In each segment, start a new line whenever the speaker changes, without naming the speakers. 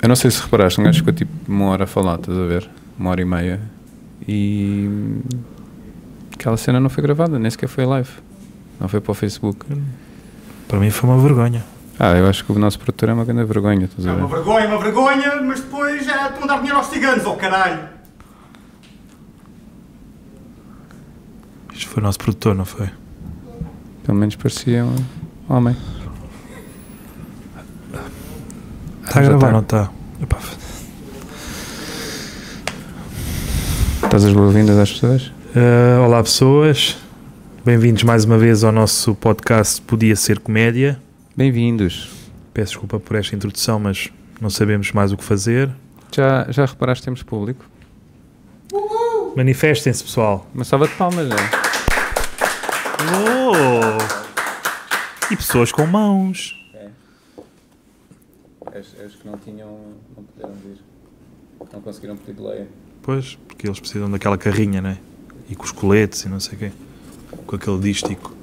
Eu não sei se reparaste, um gajo ficou tipo uma hora a falar, estás a ver? Uma hora e meia. E aquela cena não foi gravada, nem sequer foi live. Não foi para o Facebook.
Para mim foi uma vergonha.
Ah, eu acho que o nosso produtor é uma grande vergonha, estás
É
a
uma
ver?
vergonha, uma vergonha, mas depois é, estão a dar dinheiro aos ciganos, oh caralho.
Isto foi o nosso produtor, não foi?
Pelo menos parecia um homem.
Está a
Já
gravar,
tá.
não está? Epá,
Estás as boas-vindas às pessoas?
Uh, olá pessoas, bem-vindos mais uma vez ao nosso podcast Podia Ser Comédia.
Bem-vindos.
Peço desculpa por esta introdução, mas não sabemos mais o que fazer.
Já, já reparaste que temos público?
Manifestem-se, pessoal.
Uma salva de palmas, é?
Oh! E pessoas com mãos.
Os que não tinham, não puderam vir. Não conseguiram pedir boleia.
Pois, porque eles precisam daquela carrinha, né? E com os coletes e não sei o quê. Com aquele dístico.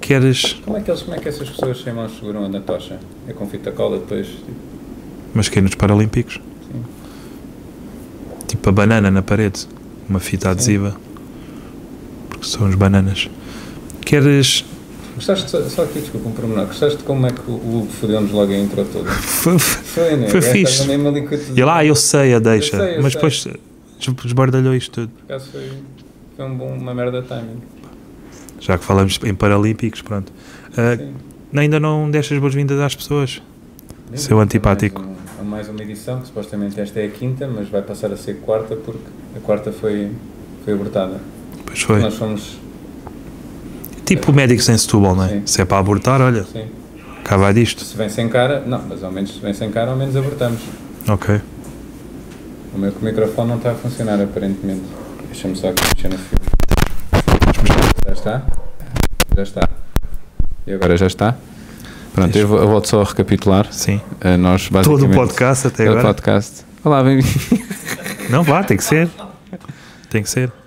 Queres.
Como é que, eles, como é que essas pessoas sem mãos seguram na tocha? É com fita cola depois? Tipo,
Mas quem nos Paralímpicos?
Sim.
Tipo a banana na parede. Uma fita adesiva. Porque são os bananas. Queres.
gostaste, só, só aqui, desculpa, um pormenor. Gostaste de como é que o Hugo fodeu-nos logo a intro toda? Foi, né?
Foi
É, tava
fixe.
mesmo ali com tudo.
E lá, "Ah, eu sei, a deixa.
Eu sei, eu
mas
sei.
depois es- esbardalhou isto tudo.
Por acaso foi, foi um bom, uma merda de timing.
Já que falamos em Paralímpicos, pronto. Ah,
Sim.
ainda não deste as boas-vindas às pessoas.
Bem,
Seu
há
antipático.
Mais, um- há mais uma edição, que supostamente esta é a quinta, mas vai passar a ser quarta porque a quarta foi, foi abortada.
Pois foi.
Nós fomos.
Tipo médicos em Setúbal, não é?
Sim.
Se é para abortar, olha,
Sim.
cá vai disto.
Se vem sem cara, não, mas ao menos se vem sem cara, ao menos abortamos.
Ok.
O meu microfone não está a funcionar aparentemente. Deixa-me só aqui mexer no fio. Já está? Já está. E agora já está? Pronto, eu, vou- eu volto só a recapitular.
Sim.
Eh, nós
Todo o
basicamente.
podcast até
Todo o
agora.
podcast. Olá, bem-vindo.
Não vá, tem que ser. Tem que ser.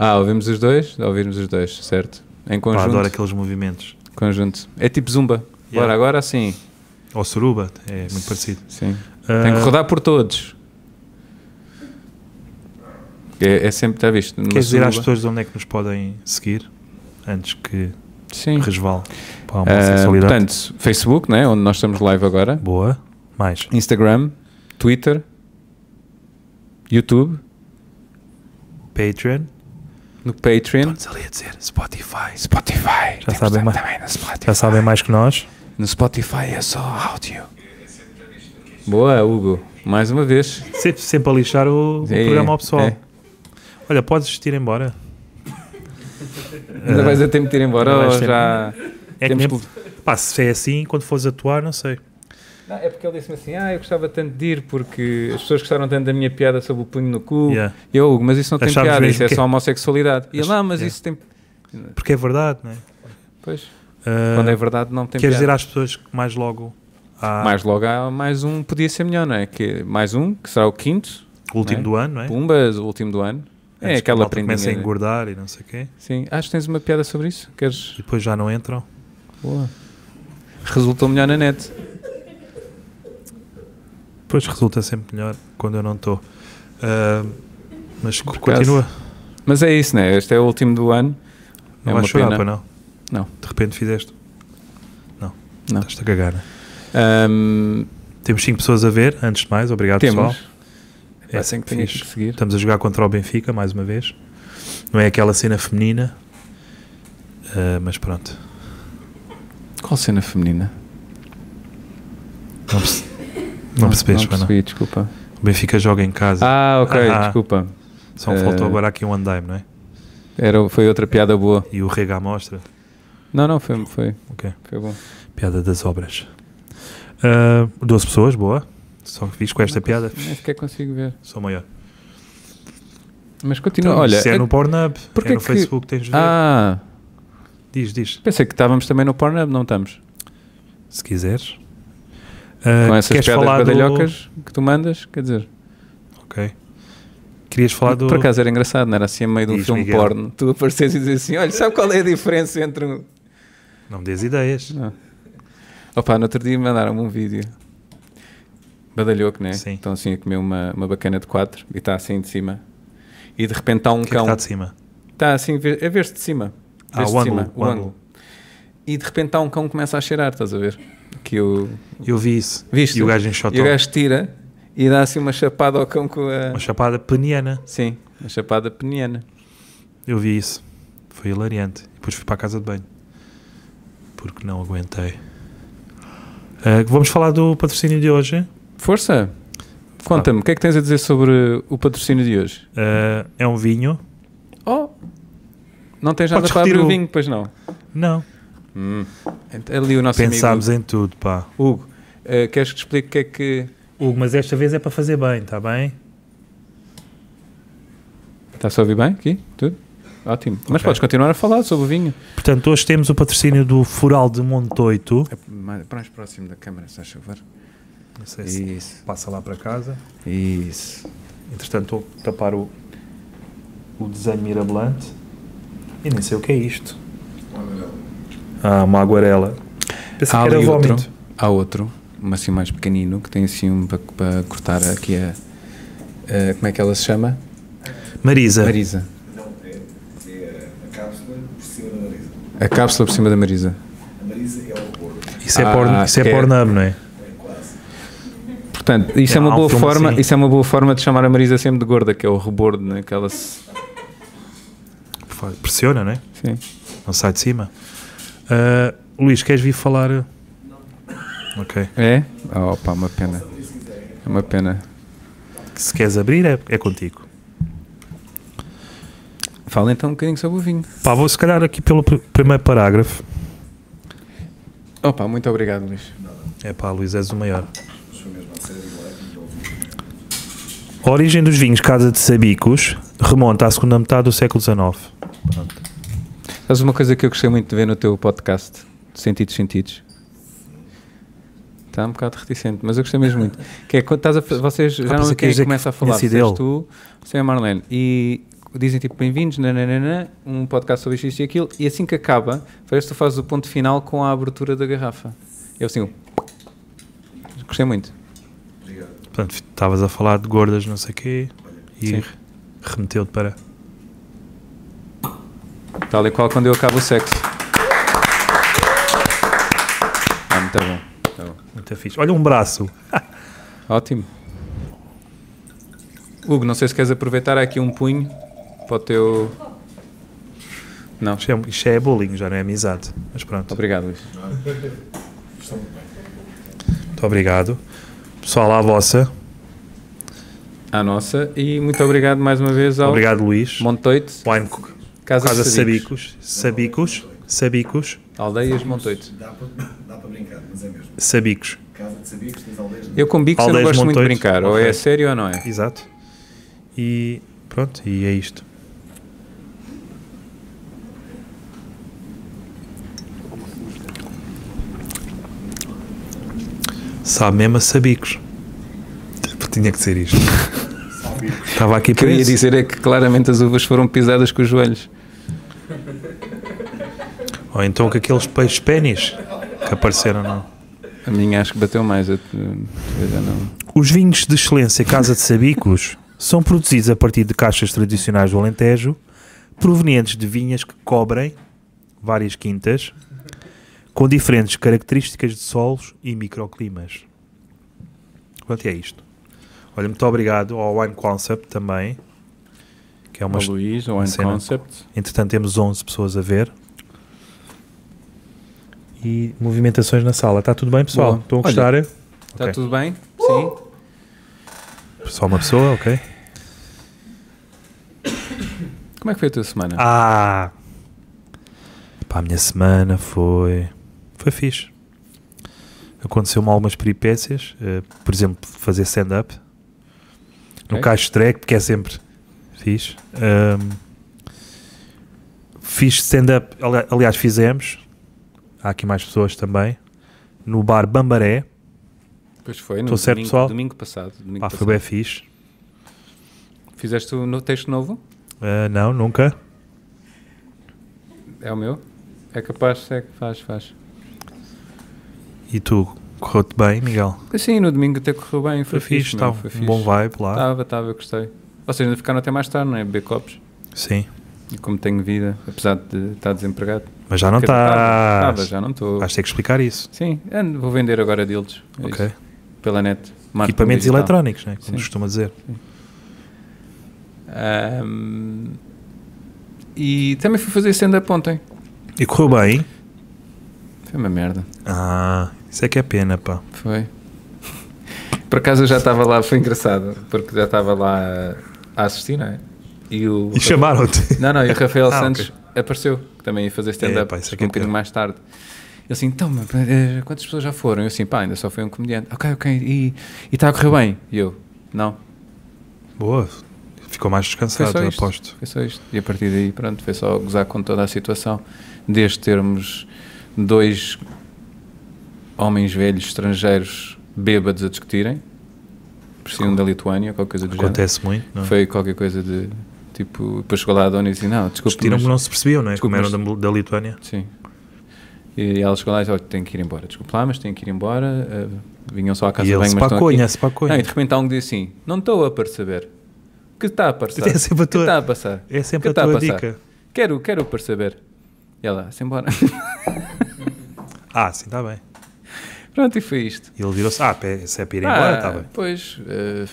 Ah, ouvimos os dois? Ouvirmos os dois, certo? Em
Pá,
conjunto.
adoro aqueles movimentos.
Conjunto. É tipo zumba.
Yeah.
Bora, agora sim.
Ou suruba, é muito parecido.
Sim.
Ah,
Tem que rodar por todos. É, é sempre, está visto? numa
Queres dizer às
suruba.
pessoas de onde é que nos podem seguir? Antes que
Sim.
resvale para a
Ah,
homossexualidade.
portanto, Facebook, né, onde nós estamos live agora,
Boa. Mais.
Instagram, Twitter, YouTube,
Patreon.
no Patreon,
Estamos ali a dizer Spotify.
Spotify.
Já sabem mais.
também no Spotify.
Já sabem mais que nós.
No Spotify é só áudio. Boa, Hugo. Mais uma vez.
Sempre, sempre a lixar o, o
É,
programa ao pessoal.
é.
Olha, podes ir embora.
Ainda vais a tempo de ir embora
Ainda vais
ou
ter-
já.
É que
Temos
nem- Pá, se é assim, quando fores atuar, não sei.
Não, é porque ele disse-me assim: Ah, eu gostava tanto de ir porque as pessoas gostaram tanto da minha piada sobre o punho no cu.
Yeah.
E eu, Hugo, mas isso não tem
Achavas
piada,
mesmo
isso é
que-
só homossexualidade. E ele,
Ach-
não, mas
yeah.
isso tem.
Porque é verdade, não é?
Pois,
Ah,
quando é verdade, não tem
Queres dizer
piada.
às pessoas que mais logo há
Mais logo há mais um, podia ser melhor, não é? Que, mais um, que será o quinto,
o último
não é?
do ano, não é?
Pumbas, o último do ano. É
Antes que a
aquela
malta Começa a
prendinha.
engordar e não sei o quê.
Sim, acho que tens uma piada sobre isso. Queres.
E depois já não entram.
Boa. Resultou melhor na net.
Depois resulta sempre melhor quando eu não estou. Ah, mas co-
acaso,
continua.
Mas é isso, né? Este é o último do ano.
Não
é uma
vais chorar,
pena.
pá, não?
Não.
De repente fizeste. Não.
Não.
Estás-te a cagar, né?
Ahm,
Temos 5 pessoas a ver, antes de mais. Obrigado,
temos.
pessoal. É
assim
sempre
tenho que
fixe.
seguir.
Estamos a jogar contra o Benfica, mais uma vez. Não é aquela cena feminina. Ah, mas pronto.
Qual cena feminina?
Não, perce... não percebeste,
Não
pá, não.
percebi, desculpa.
O Benfica joga em casa.
Ah, ok,
Ah.
desculpa.
Só
Eh,
faltou agora aqui um andaime, não é?
Era, foi outra piada boa.
E o rega à mostra.
Não, não, foi, foi,
Ok.
foi bom.
Piada das obras. Ah, 12 pessoas, boa. Só que fiz com esta piada.
Nem sequer consigo ver.
Sou maior.
Mas continua,
Então,
olha.
se é, no Pornhub,
Porquê
é no
que-
Facebook, tens de ver.
ah,
Diz, diz.
pensei que estávamos também no Pornhub, não estamos?
Se quiseres. Ah,
Com essas
queres
piadas
falar do-
badalhocas que tu mandas, quer dizer.
Ok. Querias falar do.
Por acaso era engraçado, não era assim a meio de um
Diz,
filme
Miguel.
porno. Tu apareces e dizes assim: olha, sabe qual é a diferença entre um.
Não me dês ideias.
Opa, no outro dia mandaram-me um vídeo Badalhoco, né?
Sim.
Estão assim a comer uma, uma bacana de quatro e está assim de cima. E de repente está um
que é que
cão.
está de cima?
Está assim, vê- a ver-se de cima.
Ah,
Vês
o
de cima,
ângulo, o ângulo.
E de repente está um cão que começa a cheirar, estás a ver? Que o.
Eu vi isso.
Viste?
E o gajo enxotou.
E o gajo tira e dá assim uma chapada ao cão com a.
Uma chapada peniana.
Sim, uma chapada peniana.
Eu vi isso. Foi hilariante. E Depois fui para a casa de banho. Porque não aguentei. Ah, vamos falar do patrocínio de hoje.
Força! Conta-me, o que é que tens a dizer sobre o patrocínio de hoje?
Ah, é um vinho?
Oh! Não tens nada
Podes
para abrir
retirar
o
o-
vinho, pois não?
Não.
Ent- Ali o nosso
Pensámos em tudo, pá.
amigo Hugo. eh, queres que te explique o que é que.
Hugo, mas esta vez é para fazer bem, está bem?
Está-se a ouvir bem aqui? Tudo? Ótimo. Mas podes continuar a falar sobre o vinho.
Portanto, hoje temos o patrocínio do Fural de Montoito.
É Mais, mais próximo da câmara, se a chover.
É, Não sei se
Isso.
passa lá para casa.
Isso.
Entretanto, vou tapar o, o desenho mirabolante. E nem sei o que é isto. Ah, uma aguarela. Pensei
Há
que era
ali outro.
vómito.
Há outro, mas assim mais pequenino, que tem assim um para, para cortar aqui a. a- como é que ela se chama?
Marisa.
Marisa.
Não, é, é a cápsula por cima da Marisa.
A cápsula por cima da Marisa.
A Marisa é o ouro,
Isso é,
Ah,
porno, isso é
que é-
Pornhub, não é?
é quase.
Portanto, isso é,
É, há
uma
um
boa
filme
forma,
assim.
isso é uma boa forma de chamar a Marisa sempre de gorda, que é o rebordo, né? que ela se...
Pressiona, não é?
Sim.
Não sai de cima. Ah, Luís, queres vir falar? Não. Ok.
É? Oh, pá, uma pena. É uma pena.
Se queres abrir, é, é contigo.
Fala então um bocadinho sobre o vinho.
Pá, vou se calhar aqui pelo pr- primeiro parágrafo.
Oh, pá, muito obrigado, Luís.
É pá, Luís, és o maior. A origem dos vinhos Casa de Sabicos remonta à segunda metade do século XIX.
Sabes uma coisa que eu gostei muito de ver no teu podcast, Sentidos Sentidos? Está um bocado reticente, mas eu gostei mesmo muito. Que é quando estás a, fa- vocês já não
Ah, pensei
sei
que
quem é
ias
que
dizer
começa a
que
falar,
tinha
se
sido
és
ele.
tu, se é a Marlene, e dizem tipo bem-vindos, nananana, um podcast sobre isto, isto e aquilo, e assim que acaba, parece que tu fazes o ponto final com a abertura da garrafa. Eu assim, um gostei muito.
Portanto, estavas a falar de gordas, não sei quê, e
Sim.
remeteu-te para.
Tal e qual quando eu acabo o sexo. Ah, muito bom. Muito bom.
Muito fixe. Olha um braço.
Ótimo. Hugo, não sei se queres aproveitar há aqui um punho para o teu. Não.
Isto é, isto é bullying, já não é amizade. Mas pronto.
Obrigado, Luís.
Muito obrigado. Pessoal, à vossa.
À nossa. E muito obrigado mais uma vez ao
Obrigado, Luís.
Montoito,
Wine
Casa,
Casa
de Sabicos.
Sabicos. Sabicos. Sabicos.
Aldeias Montoito.
Dá para dá para brincar, mas é mesmo.
Sabicos.
Casa de sabicos, tens aldeias.
Eu com bicos eu não
Aldeias
gosto muito de
Montoito.
brincar. Ou é
Ok.
sério ou não é?
Exato. E pronto, e é isto. Sabe mesmo a sabicos. Tipo, Tinha que ser isto. Estava aqui
O que eu
para
ia
isso.
dizer é que claramente as uvas foram pisadas com os joelhos.
Ou então com aqueles peixes pênis que apareceram não.
A minha acho que bateu mais. Eu, eu já não.
Os vinhos de excelência Casa de Sabicos são produzidos a partir de caixas tradicionais do Alentejo, provenientes de vinhas que cobrem várias quintas, com diferentes características de solos e microclimas. Pronto, e é isto. Olha, muito obrigado ao Wine Concept também, que é uma...
Ao Luís, ao Wine
cena.
Concept.
Entretanto, temos 11 pessoas a ver. E movimentações na sala. Está tudo bem, pessoal?
Boa.
Estão a
Olha,
gostar?
Está
Ok. Uh!
tudo bem? Sim.
Só uma pessoa, ok?
Como é que foi a tua semana?
Ah! Pá, a minha semana foi. Foi fixe. Aconteceu-me algumas peripécias. eh, por exemplo, fazer stand-up. No
Ok.
caso track, porque é sempre fixe. Ahm, fiz stand-up. ali- Aliás, fizemos. Há aqui mais pessoas também. No bar Bambaré.
Pois foi, no
Tô certo,
domingo,
pessoal?
domingo passado. Domingo
Pá, foi
passado.
bem fixe.
Fizeste o no texto novo?
Ah, não, nunca.
É o meu? É capaz, é que faz, faz.
E tu, Correu-te bem, Miguel?
Sim, Assim, no domingo até correu bem. Foi,
Foi fixe,
meu,
estava
foi Tá.
um bom vibe lá.
Estava, estava, eu gostei. Vocês ainda ficaram até mais tarde, não é? Beber copos.
Sim,
E como tenho vida, apesar de estar desempregado.
mas já não tá-
Quer dizer, estava,
estás.
estava, é já não estou.
Vais ter que explicar isso.
Sim, ando- vou vender agora dildos. é
Ok.
isso, Pela net. marketing
Equipamentos
digital.
eletrónicos, né? como
Sim.
se costuma dizer.
Ahm, e também fui fazer stand-up ontem.
E correu bem?
Foi uma merda.
Ah, isso é que é pena, pá.
Foi. Por acaso eu já estava lá, foi engraçado, porque já estava lá a assistir, não é? E, o
E chamaram-te.
Não, não, e o Rafael
Ah,
Santos apareceu, que também ia fazer
É,
stand-up
pá, isso é que
um
é
bocadinho
pior.
mais tarde. Eu assim, então, mas, eh, quantas pessoas já foram? Eu assim, pá, ainda só foi um comediante. Ok, ok, e e está a correr bem? E eu, não,
Boa. Ficou mais
foi
descansado,
só isto.
aposto.
Foi só isto. E a partir daí, pronto, foi só gozar com toda a situação, desde termos dois homens velhos estrangeiros bêbados a discutirem, precisam da Lituânia, qualquer coisa do género.
Acontece muito, não é?
Foi qualquer coisa de tipo, depois chegou lá a dona e disse: Não, desculpe,
Discutiram
mas-
que não se percebiam, não é?
Desculpa,
Como eram
mas-
da, da Lituânia.
Sim. E ela chegou lá e disse: Olha, tenho que ir embora. Desculpe lá, mas tenho que ir embora. ah, vinham só à casa
E
de banho,
ele se
mas estão aqui.
paconha, se
Não, e
paconha.
de repente há um que diz assim: Não estou a perceber. O que está a passar?
É sempre a
O que
tua-
está a passar?
É sempre
O
a
que está a
tua
passar?
dica.
Quero, quero perceber. E ela, se embora.
Ah, sim, está bem.
Pronto, e foi isto.
E ele virou-se, ah, pé- se é para ir embora, está bem.
Pois, eh,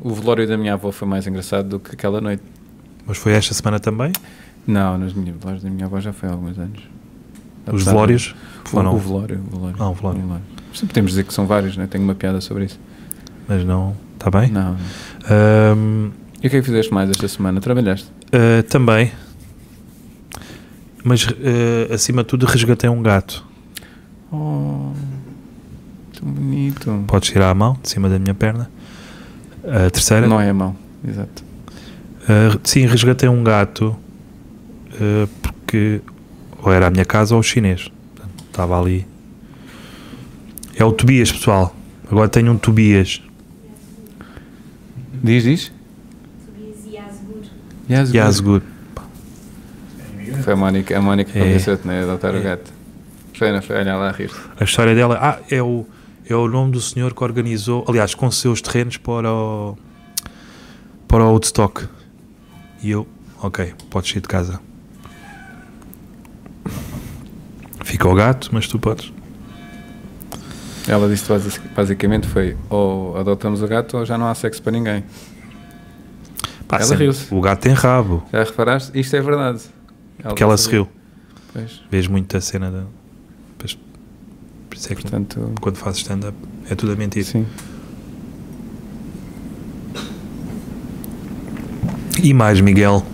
o velório da minha avó foi mais engraçado do que aquela noite.
Mas foi esta semana também?
Tá Não, nos minhas velórios da minha avó já foi há alguns anos.
Os
Apesar de-
velórios
O,
foram,
o velório, o velório.
Ah, o velório.
Sempre podemos dizer que são vários, né? Tenho uma piada sobre isso.
mas não, está bem?
Não.
Ahm,
E o que é que fizeste mais esta semana? Trabalhaste?
ah, também, mas ah, acima de tudo resgatei um gato.
Oh, tão bonito.
Podes tirar a mão de cima da minha perna. A terceira,
Não é a mão, exato.
Ah, sim, resgatei um gato ah, porque ou era a minha casa ou o chinês. Portanto, Estava ali. É o Tobias, pessoal. Agora tenho um Tobias.
Diz, diz.
Tobias e Asgur.
Yazgur.
Yazgur.
Foi a Mónica, a Mónica que
É.
convenceu-te, né? A adotar
É.
o gato. Foi, não foi? Olha lá a rir.
A história dela. Ah, é o, é o nome do senhor que organizou. Aliás, concedeu os terrenos para o. para o Woodstock. E eu. Ok, podes sair de casa. Fica o gato, mas tu podes.
Ela disse basi- basicamente foi ou adotamos o gato ou já não há sexo para ninguém.
Pá,
Ela
sempre-
riu-se.
O gato tem rabo.
Já reparaste? Isto é verdade.
Porque ela se riu.
Pois,
Vês muito a cena da. Pois, por isso é que
portanto,
quando fazes stand-up é tudo a mentira.
sim.
E mais, Miguel.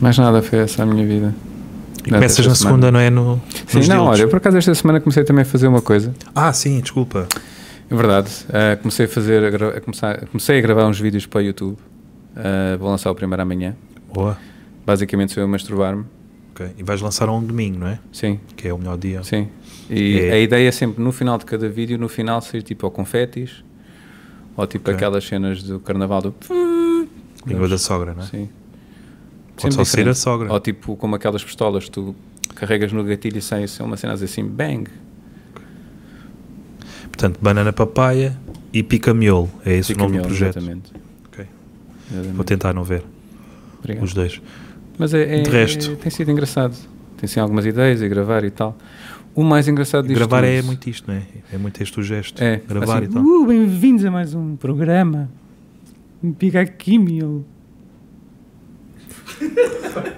Mais nada foi essa a minha vida.
E
Não,
começas
esta
na
semana.
segunda, não é? No,
Sim,
nos
não,
dildos.
olha, eu por acaso esta semana comecei também a fazer uma coisa.
Ah, sim, desculpa.
É verdade. ah, comecei a fazer, a gra- a começar, comecei a gravar uns vídeos para o YouTube. Ah, vou lançar o primeiro amanhã.
Boa.
Basicamente sou eu a masturbar-me.
Ok. E vais lançar um domingo, não é?
Sim,
Que é o melhor dia.
Sim. E
É.
a ideia é sempre no final de cada vídeo, no final, ser tipo ou confetis, ou tipo
Ok.
aquelas cenas do carnaval do.
Língua da sogra, não é?
Sim.
Pode só ser a sogra.
Ou tipo como aquelas pistolas, que tu carregas no gatilho e sai assim, uma cena assim, bang.
Portanto, banana papaya e pica-miolo. É esse
Fica
o nome
melhor,
do projeto.
Exatamente.
Ok.
Exatamente.
Vou um tentar não ver
Obrigado.
os dois.
Mas é, é-
De resto.
é- tem sido engraçado. Tem sido algumas ideias e gravar e tal. O mais engraçado disto
Gravar
tudo-
é muito isto, não é? É muito este o gesto.
É,
Gravar
assim,
e tal.
Uh, bem-vindos a mais um programa. Me pica aqui, meu.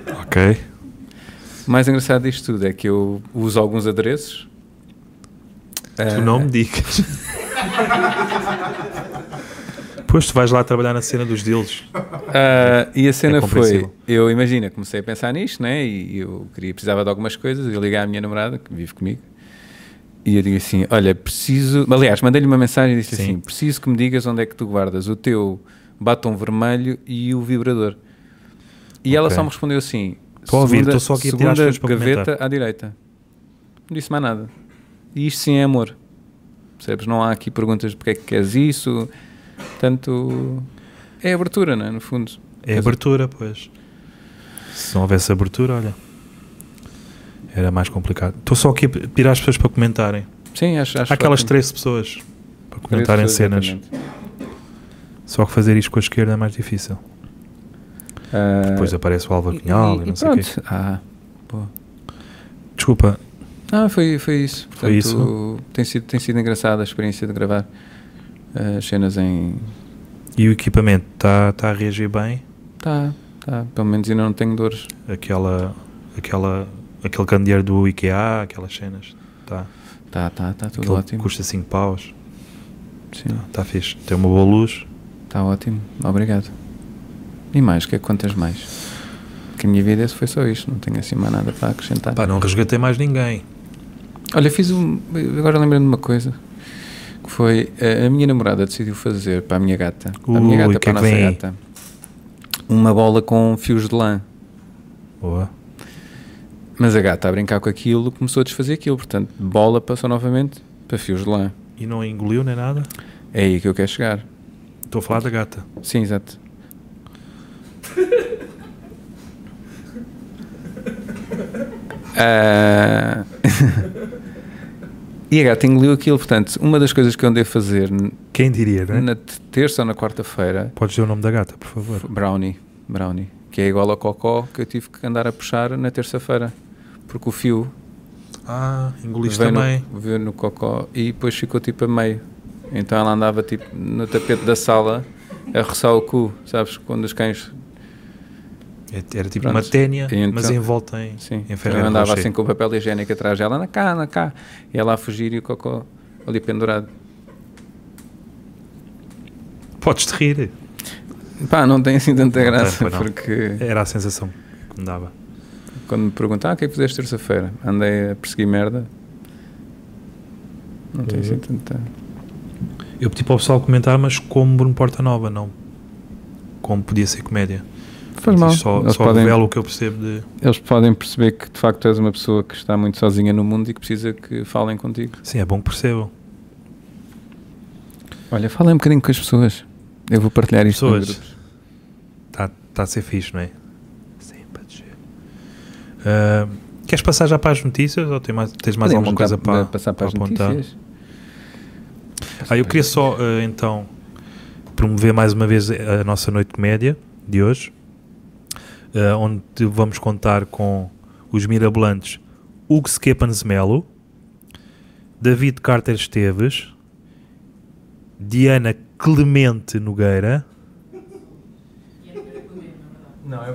uh!
Ok.
O mais engraçado disto tudo é que eu uso alguns adereços.
Tu não
É.
me digas. Pois tu vais lá trabalhar na cena dos deles.
Ah, e a cena
É
foi,
compreensível.
eu imagina, comecei a pensar nisto, né? E eu queria, precisava de algumas coisas, eu liguei à minha namorada, que vive comigo, e eu digo assim, olha, preciso, aliás, mandei-lhe uma mensagem e disse
Sim.
assim, preciso que me digas onde é que tu guardas o teu batom vermelho e o vibrador. E ela
Ok.
só me respondeu assim,
Estou a ouvir,
segunda-
estou só aqui a tirar
segunda
as coisas para
gaveta
comentar.
à direita. Não disse mais nada. E isto sim é amor. Percebes? Não há aqui perguntas de porque é que queres isso. Portanto, é abertura, não é? No fundo.
É abertura, pois. Se não houvesse abertura, olha. Era mais complicado. Estou só aqui a p- tirar as pessoas para comentarem.
Sim, acho, acho
Há aquelas
ótimo.
13 pessoas para comentarem
Três pessoas,
cenas.
exatamente.
Só que fazer isto com a esquerda é mais difícil.
Ah,
Depois aparece o Alva Cunhal e, não sei o quê.
pronto. Ah,
Desculpa,
Não, foi, foi isso. Portanto,
Foi isso?
Tem sido, tem sido engraçada a experiência de gravar eh, as cenas em.
e o equipamento está tá a reagir bem?
Tá, tá. Pelo menos ainda não tenho dores.
Aquela, aquela, aquele candeeiro do IKEA, aquelas cenas. Tá.
Tá, tá, tá tudo
Aquilo
ótimo.
custa 5 paus.
Sim,
Está fixe. Tem uma boa luz.
tá ótimo. Obrigado. E mais, o que é que contas mais? Que a minha vida foi só isto, não tenho assim mais nada para acrescentar.
Pá, não resgatei mais ninguém.
Olha, fiz um. Agora lembrando de uma coisa. Que foi. eh, A minha namorada decidiu fazer para a minha gata. Para a minha
Ui,
gata,
que é
para a
que
nossa
vem aí?
gata. Uma bola com fios de lã.
Boa.
Mas a gata a brincar com aquilo começou a desfazer aquilo. Portanto, bola passou novamente para fios de lã.
E não engoliu nem nada?
É aí que eu quero chegar.
Estou a falar da gata.
Sim, exato. Ah, e a gata engoliu aquilo. Portanto, uma das coisas que eu andei a fazer n-
Quem diria, né?
na te- terça ou na quarta-feira,
Podes dizer o nome da gata, por favor.
f- brownie, brownie, que é igual ao cocó que eu tive que andar a puxar na terça-feira. Porque o fio
Ah, engoliste
veio
também.
No, veio no cocó e depois ficou tipo a meio. Então ela andava tipo no tapete da sala a roçar o cu, sabes? Quando os cães.
É- Era tipo
Pronto.
uma ténia,
E então-
mas envolta em,
Sim,
em
eu
ferreira
andava
rocher.
assim com o papel higiênico atrás dela, na cá, na cá. E ela a fugir e o cocó ali pendurado.
Podes-te rir.
Pá, não tem assim tanta
Não tem,
graça,
pois não.
porque
Era a sensação que me dava.
quando me perguntam, ah, o que é que fizeste terça-feira? Andei a perseguir merda. Não tem
Uhum.
assim tanta.
Eu pedi para o pessoal comentar, mas como Bruno Porta Nova, não como podia ser comédia. Portanto, isto Só,
Eles,
só
podem,
revela o que eu percebo de.
eles podem perceber que de facto és uma pessoa que está muito sozinha no mundo e que precisa que falem contigo.
Sim, é bom que percebam.
Olha, falem um bocadinho com as pessoas. Eu vou partilhar isto nos
Pessoas.
grupos.
Está tá a ser fixe, não é? Sim, para dizer. Ah, queres passar já para as notícias ou tem mais- tens mais
Podemos
alguma coisa
dar-
para,
dar- passar para,
para
as
apontar?
notícias?
Ah, eu queria só eh, então promover mais uma vez a nossa noite de comédia de hoje, eh, onde vamos contar com os mirabolantes Hugo Skepans Melo, David Carter Esteves, Diana Clemente Nogueira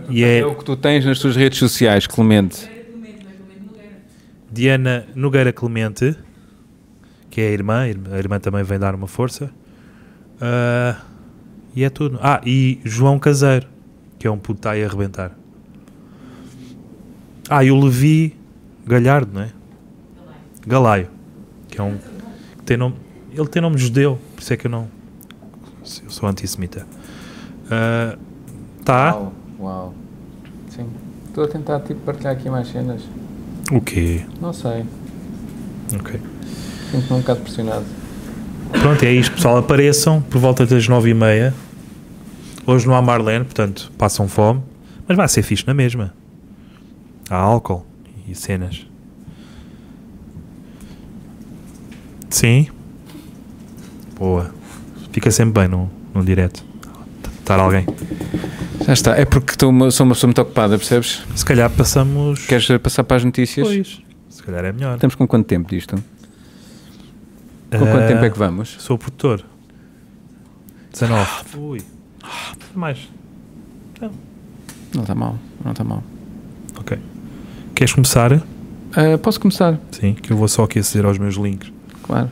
e
É
é
o que tu tens nas tuas redes sociais, Clemente.
Diana Nogueira Clemente, que é a irmã, a irmã- a irmã também vem dar uma força. Ah, e é tudo. Ah, e João Caseiro, que é um puto que está aí a arrebentar. Ah, e o Levi Galhardo, não é? Galaio. Que é um. que tem nome, ele tem nome judeu, por isso é que eu não. Eu sou antissemita. Ah, tá.
Uau, uau. Sim. Estou a tentar tipo, partilhar aqui mais cenas.
O quê?
Não sei.
Ok.
Sinto-me um bocado pressionado.
Pronto, é isto, pessoal. Apareçam por volta das nove e meia. Hoje não há Marlene, portanto, passam fome. Mas vai ser fixe na mesma. Há álcool e cenas. Sim. Boa. Fica sempre bem num, num direto. Estar alguém.
Já está. É porque estou uma- sou uma pessoa muito ocupada, percebes?
Se calhar passamos.
Queres passar para as notícias?
depois. Se calhar é melhor.
Estamos com quanto tempo disto? Com
Ah.
quanto tempo é que vamos?
Sou produtor.
Ah,
19. Ui. Ah, Mais.
Não está mal, não está mal.
Ok. Queres começar?
Ah, posso começar?
Sim, que eu vou só aqui aceder aos meus links.
Claro.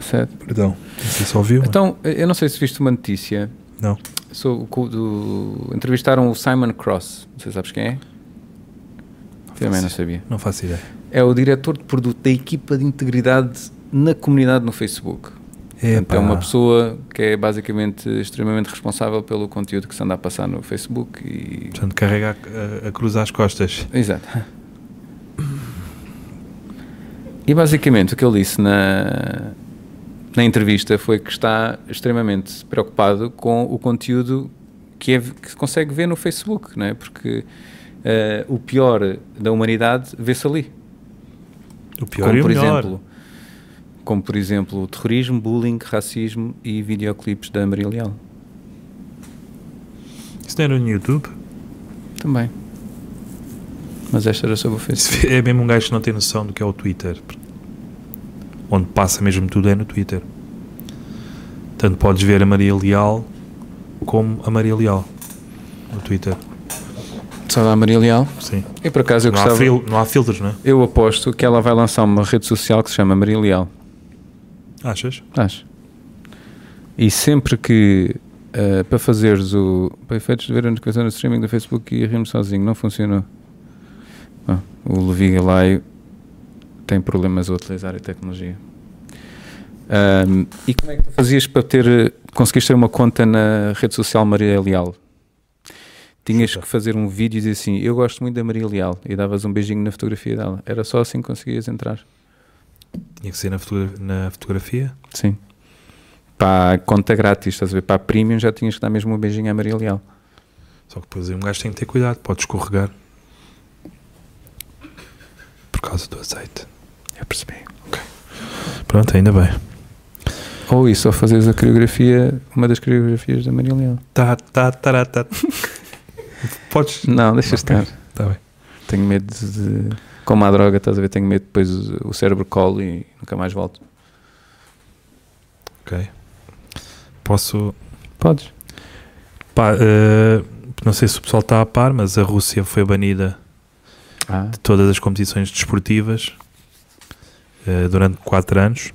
Certo.
Perdão. Você só viu?
Então, eu não sei se viste uma notícia.
Não.
Sou, co- do, entrevistaram o Simon Cross. Não sei se sabes quem é? Também não sabia.
Não faço ideia.
É o diretor de produto da equipa de integridade na comunidade no Facebook. Portanto, é
Epá.
uma pessoa que é basicamente extremamente responsável pelo conteúdo que se anda a passar no Facebook e.
Portanto, carrega a, a, a cruz às costas.
Exato. E basicamente o que ele disse na, na entrevista foi que está extremamente preocupado com o conteúdo que, é, que se consegue ver no Facebook, não é? Porque eh, o pior da humanidade vê-se ali.
O pior
Como,
e o
por
melhor.
exemplo, como por exemplo terrorismo, bullying, racismo e videoclipes da Maria Leal.
Isso não era no YouTube?
Também. Mas esta era sobre o Facebook.
Isso É mesmo um gajo que não tem noção do que é o Twitter. Onde passa mesmo tudo é no Twitter. Tanto podes ver a Maria Leal como a Maria Leal no Twitter.
Só da Maria Leal.
Sim.
E por acaso eu
Não há,
gostava.
fril- não há filtros, não é?
Eu aposto que ela vai lançar uma rede social que se chama Maria Leal.
Achas?
Acho. E sempre que eh, para fazeres o. Para efeitos de ver a notificação no streaming do Facebook e rir-me sozinho, não funcionou. Ah, o Levi Galaio tem problemas a utilizar a tecnologia. Ahm, e como é que tu fazias para ter. eh, Conseguiste ter uma conta na rede social Maria Leal? Tinhas que fazer um vídeo e dizer assim: Eu gosto muito da Maria Leal. E davas um beijinho na fotografia dela. Era só assim que conseguias entrar.
Tinha que ser na, fotogra- na fotografia.
Sim. Para a conta grátis, estás a ver? Para a premium já tinhas que dar mesmo um beijinho à Maria Leal.
Só que depois aí um gajo tem que ter cuidado, pode escorregar. Por causa do azeite.
Eu percebi.
Pronto, ainda bem.
Ou isso, ou fazeres a coreografia, uma das coreografias da Maria Leal.
Tá, tá, tá, tá. Podes.
Não, deixa estar.
Tá bem.
Tenho medo de. Como a droga, estás a ver? Tenho medo depois o cérebro cola e nunca mais volto.
Ok. Posso.
Podes.
Pá, eh, não sei se o pessoal está a par, mas a Rússia foi banida
Ah,
de todas as competições desportivas eh, durante 4 anos.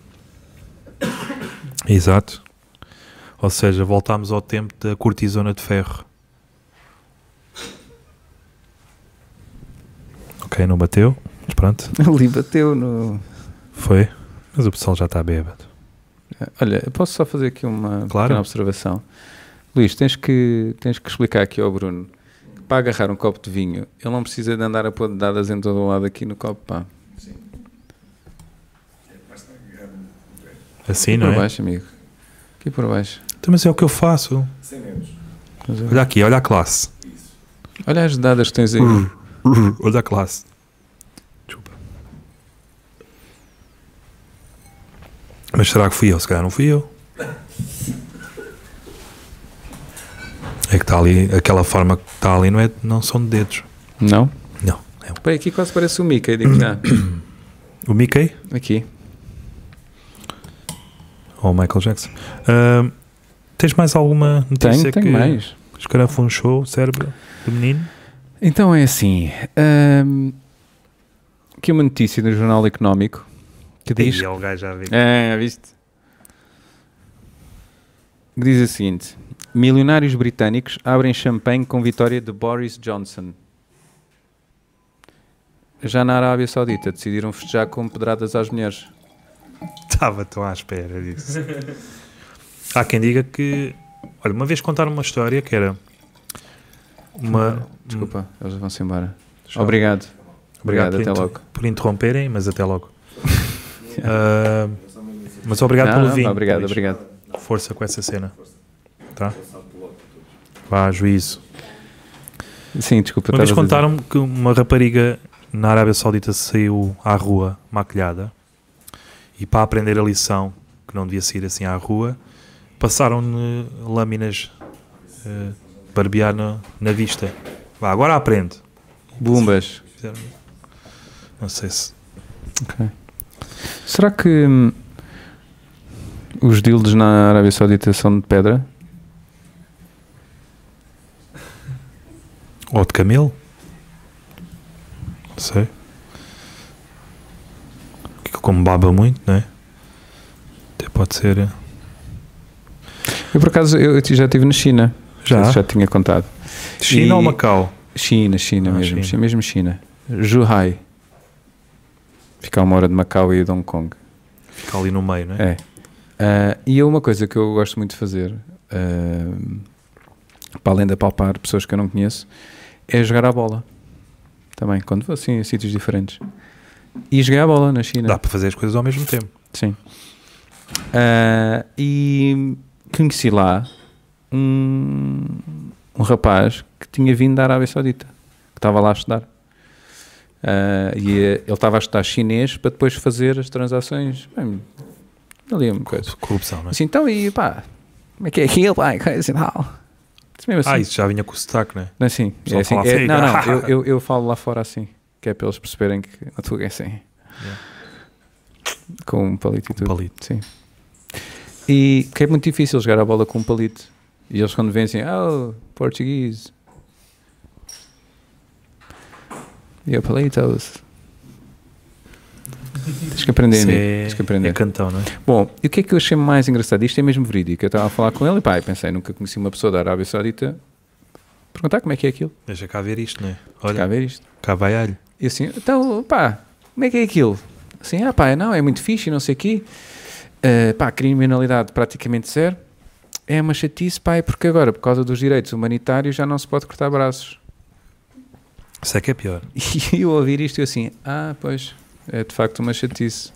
Exato. Ou seja, voltámos ao tempo da cortisona de ferro. Ok, não bateu, mas pronto,
ali bateu no.
foi. Mas o pessoal já está bêbado.
Olha, eu posso só fazer aqui uma
Claro.
pequena observação. Luís, tens que, tens que explicar aqui ao Bruno que para agarrar um copo de vinho, ele não precisa de andar a pôr dadas em todo o lado aqui no copo, pá.
Assim,
por
não é?
baixo, amigo. Aqui por baixo.
Então, mas é o que eu faço.
Sem menos.
Olha aqui, olha a classe.
Olha as dadas que tens aí.
olha a classe. Desculpa. Mas será que fui eu? Se calhar não fui eu. É que está ali, aquela forma que está ali não, é, não são de dedos.
Não?
Não, é um-
Bem, aqui quase parece o Mickey, digo já.
O Mickey
Aqui.
ou o Michael Jackson. Ahm, tens mais alguma notícia
Tenho, tenho
que
mais.
escarafunchou o cérebro do menino?
Então é assim. hum, aqui uma notícia do Jornal Económico que diz
o gajo já vê.
É, viste? Diz o seguinte: Milionários britânicos abrem champanhe com vitória de Boris Johnson. Já na Arábia Saudita decidiram festejar com pedradas às mulheres.
Estava tão à espera disso. Há quem diga que. Olha, uma vez contaram uma história que era. Uma.
Desculpa,
Hum.
eles vão-se embora.
Tchau.
Obrigado. Obrigado,
por
até
inter-
logo.
Por interromperem, mas até logo. Ah, mas obrigado
Não,
pelo
não,
vinho.
Obrigado,
Luís.
obrigado.
Força com essa cena. Tá? Vá, juízo.
Sim, desculpa.
Uma vez
estava a dizer.
contaram-me que uma rapariga na Arábia Saudita saiu à rua maquilhada e para aprender a lição que não devia sair assim à rua, passaram-lhe lâminas eh, barbear na, na vista. Vá, agora aprende. um-
Bombas.
Fizeram- Não sei se.
Será que hum, os dildos na Arábia Saudita são de pedra?
Ou de camelo? Não sei. Que como baba muito, não é? Até pode ser. eh,
Eu, por acaso, eu eu já estive na China.
Já?
Já tinha contado.
China ou Macau?
China, China
Ah,
mesmo,
China.
China. mesmo China. Zhuhai. Fica a uma hora de Macau e de Hong Kong.
Fica ali no meio, não é?
É. Ah, e é uma coisa que eu gosto muito de fazer, ah, para além de apalpar pessoas que eu não conheço, é jogar a bola. Também, quando vou assim a sítios diferentes. E joguei a bola na China.
Dá para fazer as coisas ao mesmo tempo.
Sim. Ah, e conheci lá um, um rapaz que tinha vindo da Arábia Saudita, que estava lá a estudar. Ah, e eh, ele estava a estudar chinês para depois fazer as transações. Bem, ali uma coisa.
Corrupção, não é?
Assim, então e pá, como é que é aquilo? Pá, coisa e tal. Isso mesmo assim.
Ah, isso já vinha com o sotaque, não é?
Não é assim.
Só
É assim
falar
é-
assim.
não, não, eu, eu, eu falo lá fora assim, que é para eles perceberem que na tua é assim. Com um palito e
Um
tudo.
palito.
Sim. E que é muito difícil jogar a bola com um palito. E eles quando vêm assim, oh, português. E eu palitos. Tens que aprender,
Isso
amigo.
é,
Tens que aprender.
é cantão, não é?
Bom, e o que é que eu achei mais engraçado? Isto é mesmo verídico. Eu estava a falar com ele e pá, eu pensei, nunca conheci uma pessoa da Arábia Saudita perguntar como é que é aquilo.
Deixa cá ver isto, não é?
Cá
Olha,
ver isto.
cá vai alho.
E assim, então, pá, como é que é aquilo? Assim, ah, pá, não, é muito fixe, não sei o quê. Ah, pá, criminalidade praticamente zero. É uma chatice, pá, é porque agora, por causa dos direitos humanitários, já não se pode cortar braços.
Isso é que é pior.
E eu ouvir isto, eu assim, ah, pois, é de facto uma chatice.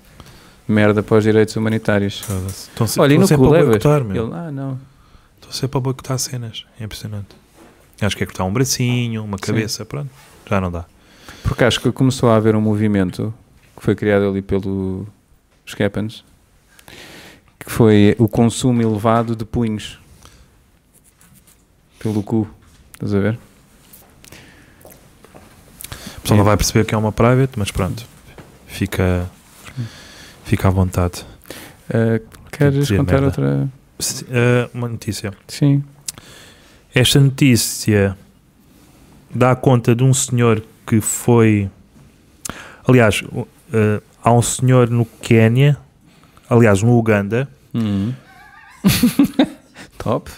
Merda para os direitos humanitários.
Foda-se. Estão se-
Olha, e
estão
no
sempre a
Culebas?
boicotar, Ah, meu.
Ele, ah, não.
Estou sempre a boicotar cenas. É impressionante. Acho que é cortar um bracinho, uma cabeça, pronto. Já não dá.
Porque acho que começou a haver um movimento que foi criado ali pelo Skeppens, que foi o consumo elevado de punhos pelo cu. Estás a ver?
O pessoal
É.
não vai perceber que é uma private, mas pronto. Fica, fica à vontade.
Ah, queres
dizer
contar
merda.
outra?
Se- ah, uma notícia.
Sim.
Esta notícia dá conta de um senhor que foi. Aliás, o- eh, há um senhor no Quénia, aliás, no Uganda,
Uhum. Top.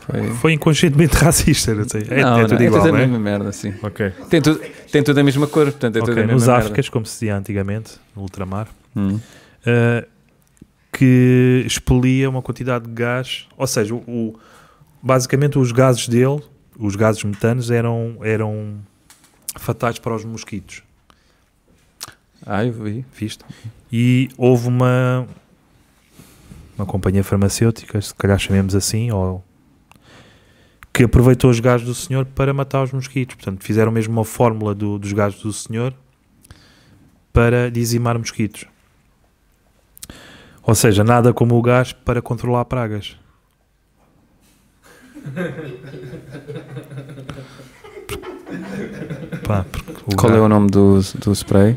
Foi.
foi inconscientemente racista, não sei. É, é tudo igual,
a
não é?
mesma merda, sim.
Ok,
Tem tudo, tem tudo a mesma cor, portanto é
Ok,
tudo a mesma
nos
merda.
Áfricas, como se dizia antigamente, no ultramar,
Hum.
eh, que expelia uma quantidade de gás, ou seja, o, o- basicamente os gases dele, os gases metanos, eram, eram fatais para os mosquitos.
Ah, eu vi.
Viste? E houve uma uma companhia farmacêutica, se calhar chamemos assim, ou que aproveitou os gases do senhor para matar os mosquitos. Portanto, fizeram mesmo uma fórmula do- dos gases do senhor para dizimar mosquitos. Ou seja, nada como o gás para controlar pragas. Pá, porque o
Qual
gás-
é o nome do, do spray?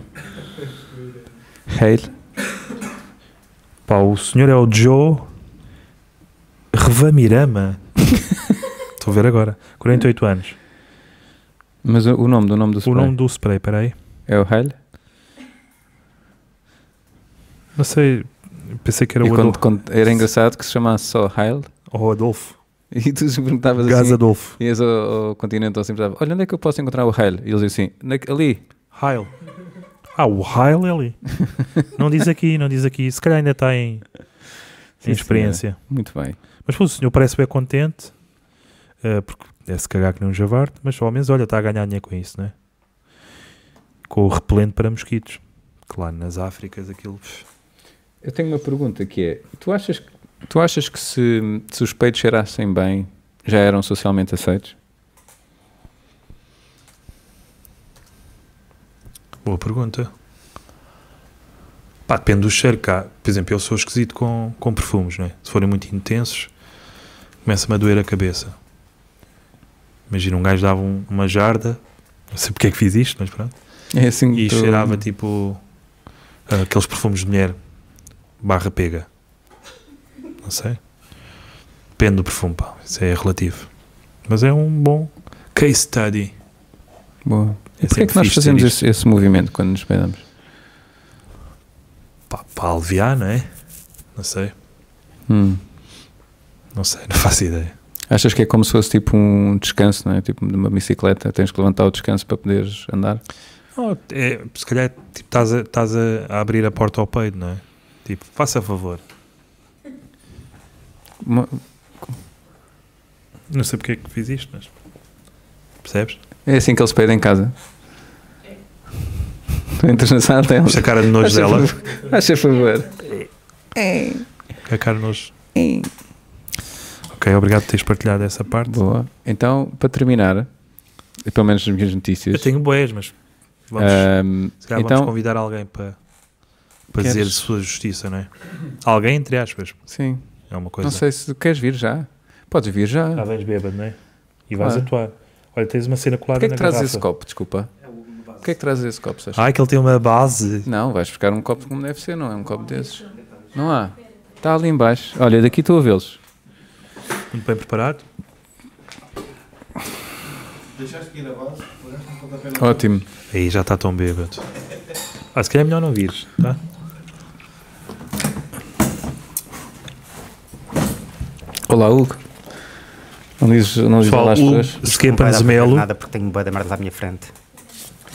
Hale.
Pá, o senhor é o Joe Revamirama. Estou a ver agora. 48 anos.
Mas o, o nome do nome do spray
O nome do spray, peraí.
é o Hale?
Não sei. Pensei que era
E
o
quando,
Adolfo.
quando- era engraçado que se chamasse só Heil
Ou Oh, Adolfo.
e tu se perguntavas
Gás
assim,
Adolfo.
ias ao, ao continente ou sempre olha, onde é que eu posso encontrar o Heil? E eles diziam assim, "Na- ali.
Heil. Ah, o Heil é ali. não diz aqui, não diz aqui. Se calhar ainda está em,
Sim, é.
em experiência.
Muito bem.
Mas pô, o senhor parece bem contente. eh, porque deve-se cagar que nem um javarte. Mas ao menos, olha, está a ganhar dinheiro com isso, não é? Com o repelente para mosquitos. Claro, nas Áfricas aquilo. pff,
Eu tenho uma pergunta que é, tu achas, que- tu achas que se, se os peitos cheirassem bem, já eram socialmente aceitos?
Boa pergunta. Pá, depende do cheiro cá. Por exemplo, eu sou esquisito com, com perfumes, né? Se forem muito intensos, começa-me a doer a cabeça. Imagina, um gajo dava um- uma jarda, não sei porque é que fiz isto, mas pronto.
É assim
E
tu-
cheirava tipo ah, aqueles perfumes de mulher barra pega. Não sei. Depende do perfume, pá. Isso é relativo. Mas é um bom case study.
Boa. Porquê
É
é
sempre
que nós
fixe ter
fazemos
isto.
esse, esse movimento quando nos peidamos?
Pá, para aliviar, não é? Não sei.
Hum.
Não sei, não faço ideia.
Achas que é como se fosse tipo um descanso, não é? Tipo de uma bicicleta, tens que levantar o descanso para poderes andar?
Não, é, se calhar tipo, estás, a, estás a- a abrir a porta ao peito, não é? Tipo, faça favor.
Uma-
Não sei porque é que fiz isto, mas. Percebes?
É assim que eles pedem em casa.
É.
Tu entras na sala deles.
Esta cara de nojo dela.
Acha favor.
A cara de nojo. Ok, obrigado por teres partilhado essa parte.
Boa. Então, para terminar, e pelo menos as minhas
Eu
notícias.
tenho boés, mas. Vamos,
ahm,
se calhar vamos
Eh, então,
convidar alguém para. para dizer
Queres?
sua justiça, não é? Alguém, entre aspas,
Sim.
é uma coisa.
Não sei se queres vir já. Podes vir já.
Ah, vens bêbado, não é? E vais
Claro.
atuar. Olha, tens uma cena colada
Ah. Porquê é
na
que trazes
garrafa.
esse copo? Desculpa. Porquê é que trazes esse copo? Sasha?
Ah, que ele tem uma base.
Não, vais buscar um copo como deve ser, não é um copo desses. Não há. Está ali em baixo. Olha, daqui estou a vê-los.
Muito bem preparado.
Deixaste que ir a base, pagaste um pontapé na
Ótimo.
Aí já está tão bêbado. Ah, se calhar é melhor não vires, tá?
Olá, Hugo. Não dizes, não dizes
Pessoal,
olá às
o
pessoas?
Skeppans Melo
Nada porque tenho boa da merda à minha frente.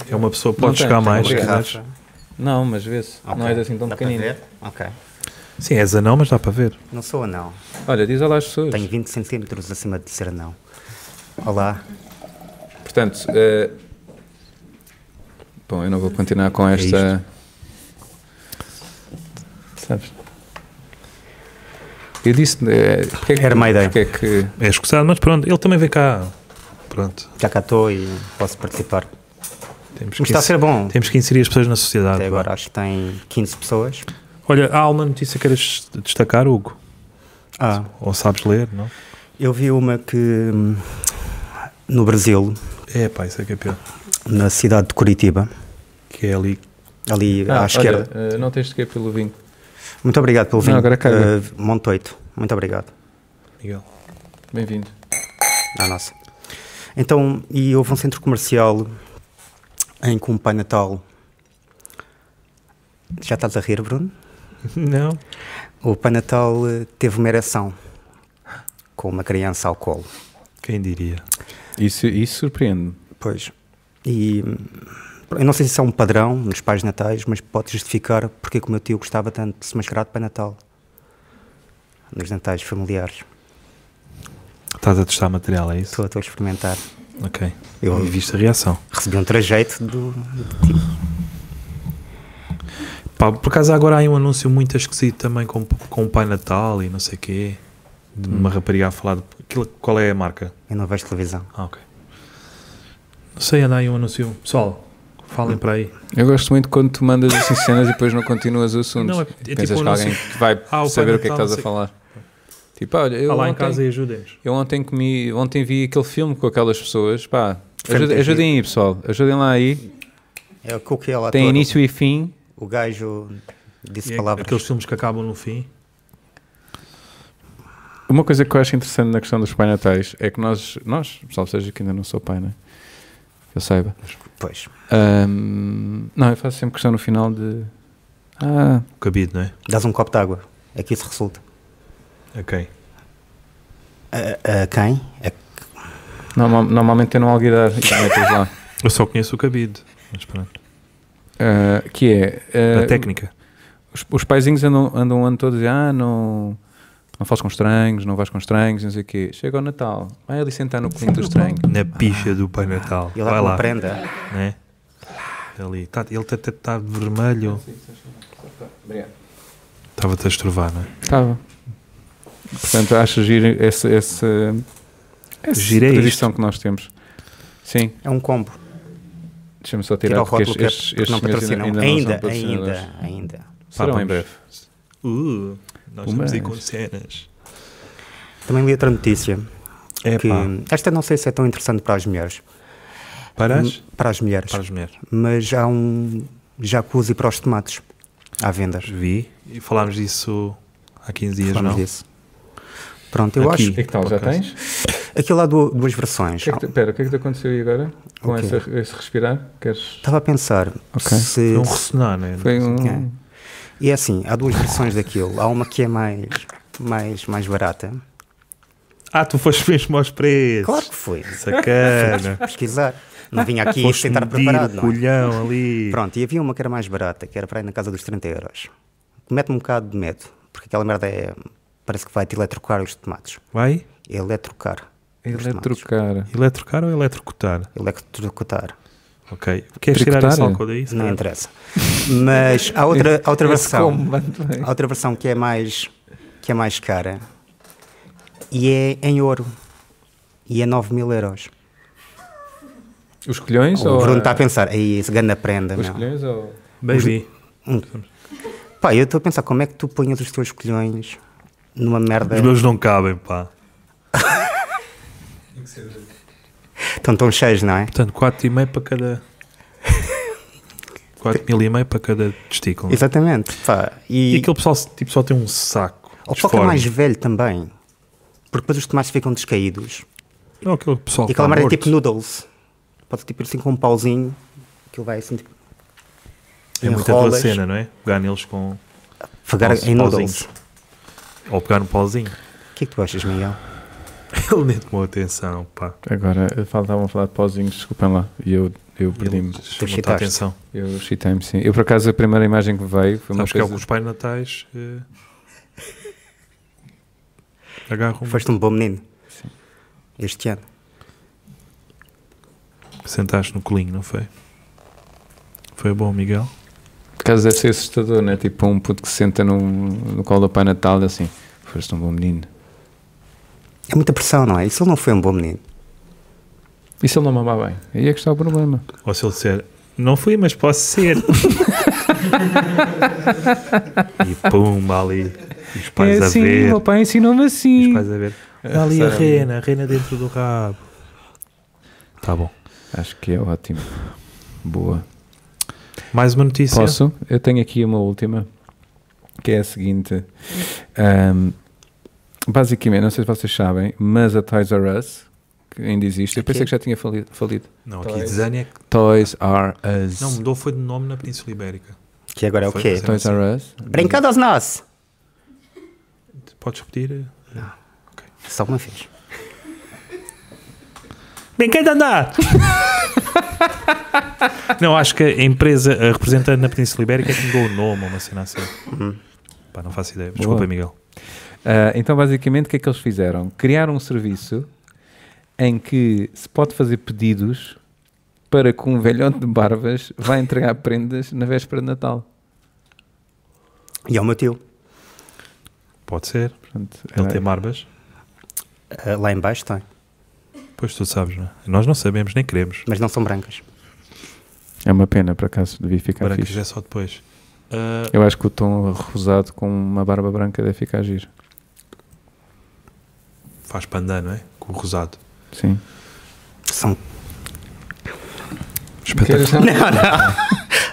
é uma pessoa que pode
tem,
chegar
tem
mais.
obrigado.
se
Garrafa.
quiseres.
Não, mas vê-se.
Ok.
Não és assim tão
Dá
pequenino.
para ver? Ok.
Sim, és anão, mas dá para ver.
Não sou anão.
Olha, diz olá às pessoas.
Tenho 20 centímetros acima de ser anão. Olá.
Portanto, eh, bom, eu não vou continuar
É
com esta. Sabes? Eu disse. eh, porque é que,
Era uma ideia.
Porque é que.
É escusado, mas pronto, ele também vem cá. Pronto,
Já cá estou e posso participar.
temos que,
Mas está a
inser-
ser bom.
temos que inserir as pessoas na sociedade.
Até
vá.
agora acho que tem 15 pessoas.
Olha, há uma notícia que queiras destacar, Hugo?
Ah,
Ou sabes ler, não?
eu vi uma que hum, no Brasil,
É, pá, isso é que é pior.
na cidade de Curitiba,
Que é ali.
ali
Ah,
à esquerda.
olha, eh, não tens de cair pelo vinho.
Muito obrigado pelo
Não,
vinho.
agora cabe.
Uh, Montoito, muito obrigado.
Miguel.
Bem-vindo.
à nossa. Então, e houve um centro comercial em que um Pai Natal. Já estás a rir, Bruno?
Não.
O Pai Natal eh, teve uma ereção com uma criança ao colo.
Quem diria?
Isso, isso surpreende-me.
Pois. E hum, eu não sei se isso é um padrão nos pais natais, mas pode justificar porque é que o meu tio gostava tanto de se mascarar de Pai Natal nos natais familiares.
Estás a testar material, é isso?
Estou, estou a experimentar.
Ok.
Eu-
Eu viste a reação.
Recebi um trajeto do.
Pá, por acaso agora há aí um anúncio muito esquisito também com, com o Pai Natal e não sei o quê. De uma rapariga a falar. De, aquilo- qual é a marca?
Eu não vejo televisão.
Ah, ok. Não sei, anda aí um anúncio. Pessoal, falem para aí.
Eu gosto muito quando tu mandas assim cenas e depois não continuas o assunto.
Não, é- é
Pensas
tipo um
que alguém que vai
Ah, o
saber
Pai
o que é que
Natal,
estás a
não sei-
falar. Tipo, olha, eu
Vá lá em
ontem-
casa e ajudem-nos.
Eu ontem comi, ontem vi aquele filme com aquelas pessoas, pá.
Foi
ajude-
muito
ajudem aí, pessoal. Ajudem lá aí.
É o que o que ela
Tem
ator-
início e fim.
O gajo disse
E é
palavras.
aqueles filmes que acabam no fim.
Uma coisa que eu acho interessante na questão dos Pai Natais é que nós, nós, pessoal, seja que ainda não sou pai, né? Que eu saiba.
Pois.
Ahm, não, eu faço sempre questão no final de. Ah,
O cabido, não é?
Dás um copo de água. É que isso resulta.
Ok.
A, a quem? A-
normal- normalmente eu não alguidar e tu metes lá.
Eu só conheço o cabido. Mas pronto. Eh,
Ah, que é. ah,
a técnica.
os, os paizinhos andam, andam o ano todo a dizer, ah, não, não fales com estranhos, não vais com estranhos, não sei o quê. Chega ao Natal, vai ali sentar no colinho do estranho.
Na picha do Pai Natal.
Ele
Vai
lá
lá.
prenda.
Né? Ali. Tá, ele até está vermelho.
Obrigado.
Estava-te a estrovar, não é?
Estava. Portanto, acho giro essa, essa, essa
Giro é
tradição que nós temos. Sim,
É um combo.
deixa-me só
Tira
tirar,
o
porque
rótulo
estes,
que é
estes,
porque não
senhores
patrocinam.
ainda, ainda, não são
Ainda,
patrocinadores.
ainda, ainda.
Serão
Pá,
em
vamos.
breve.
Uh, nós
Uma-
estamos aí com cenas.
Também li outra notícia.
É
que,
pá.
esta não sei se é tão interessante para as mulheres.
Para
Hum, Para as mulheres.
Para as mulheres.
Mas há um jacuzzi para os tomates. À venda.
Vi. E falámos disso há 15 dias,
Falamos
não?
disso. Pronto, eu
Aqui.
O que é que tal? Já tens?
acho. Aquilo há du- duas versões.
O que é que te- Espera, o que é que te aconteceu aí agora? Com
Ok.
essa- esse respirar? Queres.
Estava a pensar
Ok.
se,
Foi um ressonar, né?
Foi um.
É. E é assim, há duas versões daquilo. Há uma que é mais, mais, mais barata.
Ah, tu foste mesmo aos preços.
Claro que foi.
Sacana.
Pesquisar. Não vinha aqui
foste
sem estar
medir
preparado,
o
não é?
colhão ali.
Pronto, e havia uma que era mais barata, que era para ir na casa dos 30 euros. Que Mete-me um bocado de medo, porque aquela merda é. Parece que vai-te eletrocar os tomates.
Vai?
Eletrocar.
Eletrocar.
Eletrocar ou eletrocutar?
Eletrocutar.
Ok. Queres
Tricotar?
tirar esse álcool daí? se
Não
calhar?
interessa. Mas há outra, há outra
Esse combo,
versão.
muito bem.
Há outra versão que é mais. que é mais cara. E é em ouro. E é 9 mil euros.
Os colhões?
O
ou a- é.
Bruno tá está a pensar, aí esse ganda prenda,
Os
meu.
colhões ou.
Baby.
Pá, eu estou a pensar como é que tu punhas os teus colhões numa merda.
Os meus não cabem, pá.
Estão tão cheios, não é?
Portanto, 4,5 para cada. 4 mil e meio para cada testículo. é?
Exatamente. Pá,
Hum. E,
e,
aquele pessoal tipo, só tem um saco.
o foco é mais velho também. Porque depois os tomates ficam descaídos.
Não, aquele pessoal.
e
que tá
aquela merda é
morto.
tipo noodles. Pode tipo assim com um pauzinho. Que vai assim tipo.
É muito a tua
enrolas,
cena, não é? Pegar neles com.
Pegar
com
em noodles.
pauzinhos. Ou pegar no pauzinho.
O que é que tu achas, Miguel?
Ele nem tomou atenção, pá.
Agora, faltavam a falar de pauzinhos, desculpem lá. E eu, eu perdi-me.
Ele chamou
chitaste.
atenção.
Eu chitei-me, sim. Eu, por acaso, a primeira imagem que veio foi uma
Sabes que é o que
coisa-
os pais natais eh, agarram
Foste um bom menino. Este ano.
Sentaste no colinho, não foi? Foi bom, Miguel?
Por acaso deve ser assustador, né? Tipo um puto que se senta no, no colo do Pai Natal e assim, foste um bom menino.
É muita pressão, não é? Isso ele não foi um bom menino.
E se ele não mamar bem? Aí é que está o problema.
Ou se ele disser, não fui, mas posso ser. e pumba ali. E os pais
é
a
assim,
ver.
o meu pai ensinou-me
E
assim.
os pais a ver. Dá É, ali a rena, a rena dentro do rabo. Tá bom.
Acho que é ótimo. Boa.
Mais uma notícia.
Posso? Eu tenho aqui uma última, que é a seguinte. Ahm, basicamente, não sei se vocês sabem, mas a Toys R Us, que ainda existe, eu pensei que já tinha fali- falido.
Não, aqui Zânia que
Toys R Us.
não mudou, foi de nome na Península Ibérica.
Que agora é o
Foi,
quê?
foi.
Então, Toys R Us.
Brincando aos nós!
Podes repetir?
Só uma vez.
Bem,
é
quem andar? não, acho que a empresa a representante na Península Ibérica é que mudou o nome, ou uma cena assim. Pá, não faço ideia. Desculpa,
Boa.
Miguel.
Ah, então, basicamente, o que é que eles fizeram? Criaram um serviço em que se pode fazer pedidos para que um velhote de barbas vá entregar prendas na véspera de Natal.
E ao meu tio.
Pode ser.
Portanto,
Ele
era-
tem barbas.
Ah, lá em baixo tem.
Pois tu sabes, não é? Nós não sabemos, nem queremos.
Mas não são brancas.
é uma pena, por acaso, devia ficar
Para que
fixe.
já é só depois. Ah,
Eu acho que o tom rosado com uma barba branca deve ficar giro.
faz pandan, não é? Com o rosado.
Sim.
São.
Espetacular.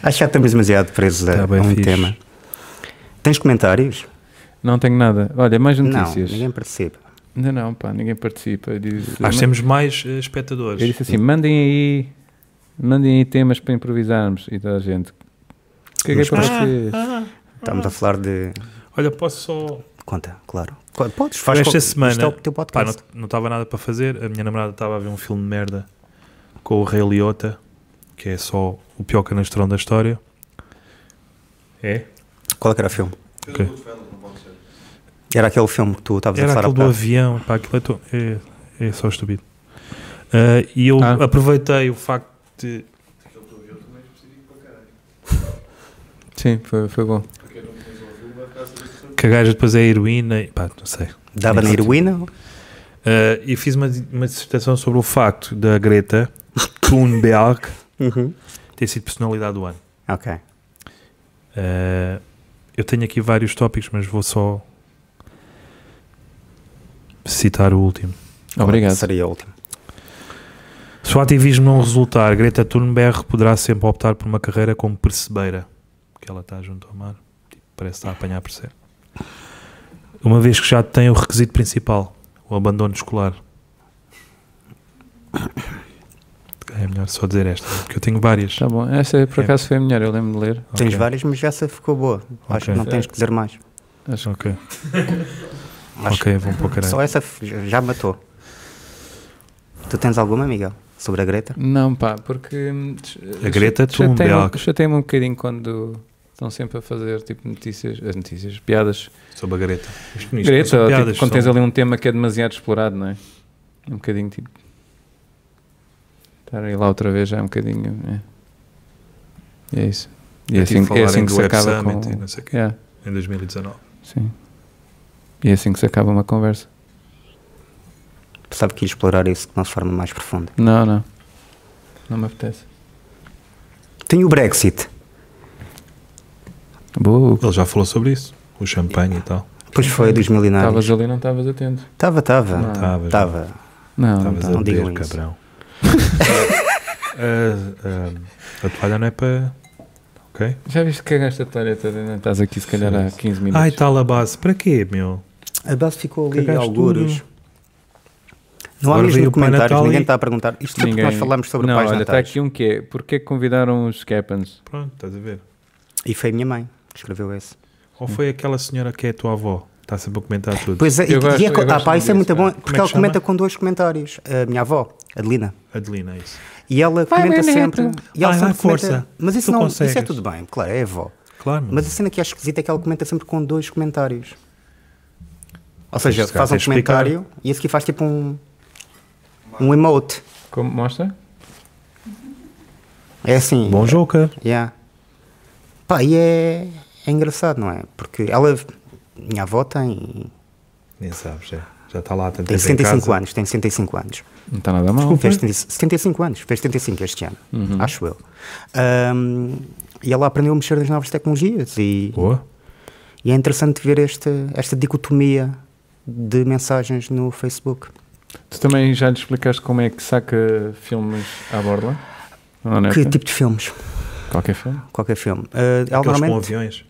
Acho que já estamos demasiado presos a,
Tá bem
a um
fixe.
tema. Tens comentários?
Não tenho nada. Olha, mais notícias.
Não, ninguém participa.
Não, não, pá, ninguém participa. Diz,
Acho que
"Ma-
temos mais eh,
Eu
espectadores.
disse assim: mandem aí, mandem aí temas para improvisarmos. E toda a gente. Caguei
Nos
é para vocês.
Estamos a falar de.
Olha, posso só.
Conta, claro. Co- Podes, faz
esta
qual-
semana-
Isto é o teu
Pá,
podcast.
não- não estava nada para fazer. A minha namorada estava a ver um filme de merda com o Rei Liotta, que é só o pior canastrão da história. É?
Qual é que era o filme?
Ok.
Era aquele filme que tu estavas a
Era
falar há
aquele do
bocado.
avião. Pá, aquilo é, to- é, é só estúpido. Ah, e eu
Ah.
aproveitei o facto de.
Sim, foi, foi bom.
que a gaja depois é heroína. e- Pá, não sei.
Dava na
Exato.
heroína?
Ah, e fiz uma, uma dissertação sobre o facto da Greta Thunberg
Uhum.
ter sido personalidade do ano.
Ok.
Ah, eu tenho aqui vários tópicos, mas vou só citar o último.
Obrigado.
Seria o último.
Se o ativismo não resultar, Greta Thunberg poderá sempre optar por uma carreira como percebeira, que ela está junto ao mar, tipo, parece estar a apanhar perceber. Uma vez que já tem o requisito principal, o abandono escolar. É melhor só dizer esta, porque eu tenho várias.
Tá bom. Essa por
É.
acaso foi a melhor, eu lembro de ler.
Ok.
Tens várias, mas essa ficou boa. Acho
Ok.
que não tens que dizer mais.
Acho que
Ok,
Acho
ok, vão para o caralho.
Só essa f- já matou. Tu tens alguma, Miguel? Sobre a Greta?
Não, pá, porque. hum,
A Greta
já- já tem-
Thunberg.
Já tem um bocadinho quando estão sempre a fazer tipo notícias, as notícias, piadas.
Sobre a Greta. Isto, isto não
Greta,
são
ou,
piadas,
tipo, quando
são-
tens ali um tema que é demasiado explorado, não é? É Um bocadinho tipo. Estar aí lá outra vez já é um bocadinho. É, é isso. E é
eu tive
assim, é
de falar
assim
em
que se
Web
acaba. Com...
Summit né? e não sei o quê,
Yeah,
Em 2019.
sim. E é assim que se acaba uma conversa.
Tu sabe que ia explorar isso de uma forma mais profunda.
Não, não. Não me apetece.
Tem o Brexit.
Boa.
Ele já falou sobre isso. O champanhe e tal.
Pois foi dos milenários.
Estavas ali não estavas atento.
Estava, estava.
Não.
Estavas
Estava.
Não, não
estavas
tá.
é? a
Ah, não
beber,
digam isso.
cabrão. Ah, ah, a toalha não é para. Ok?
Já viste que cagaste a toalha toda? Não? é? Estás aqui se calhar há 15 minutos.
Ai, Ah, tá, tal a base. Para quê, meu?
A base ficou ali
Cagaste
algures. Não há
Agora veio
mesmo
o Pai
comentários,
Natal
ninguém
e-
está a perguntar. Isto foi porque
Ninguém-
nós falámos sobre
Não,
pais
olha, está
natais.
aqui um que é. Porquê que convidaram os Skeppans?
Pronto, estás a ver.
E foi a minha mãe que escreveu esse.
Ou foi aquela senhora que é a tua avó? Está sempre a comentar tudo.
Pois é,
Eu
e,
gosto-
e é, co-
eu
ah,
gosto
pá, isso é
disso,
muito bom,
cara.
Como é
porque
que
ela
chama?
comenta com dois comentários. A minha avó, Adelina.
Adelina, é isso.
E ela
Vai,
comenta
minha
sempre.
neta.
E ela
Vai,
sempre
vai, força.
comenta- Mas
Tu
isso, não, isso é
consegues.
tudo bem, claro, é a avó.
Claro,
Mas a cena que é esquisita é que ela comenta sempre com dois comentários. Ou seja,
Este cara
faz um
tem que explicar.
comentário e esse aqui faz tipo um. um emote.
Como mostra?
É assim.
Bom Joker.
Yeah. Pá, e é, é engraçado, não é? Porque ela. Minha avó tem,
Nem sabes, já. Já está lá há tanto tempo
tem
em
65
casa. Uhum.
anos, tem 65 anos.
Não está nada mal. Ah.
Fez 70 75 anos, fez 75 este ano,
Uhum.
acho eu. Ahm, e ela aprendeu a mexer nas novas tecnologias e,
Boa.
e é interessante ver esta, esta dicotomia de mensagens no Facebook.
Tu também já lhe explicaste como é que saca filmes à borda? Não,
né,
não é?
Que tipo de filmes?
Qualquer filme?
Qualquer filme. Ah, ela
Aqueles com
normalmente
aviões.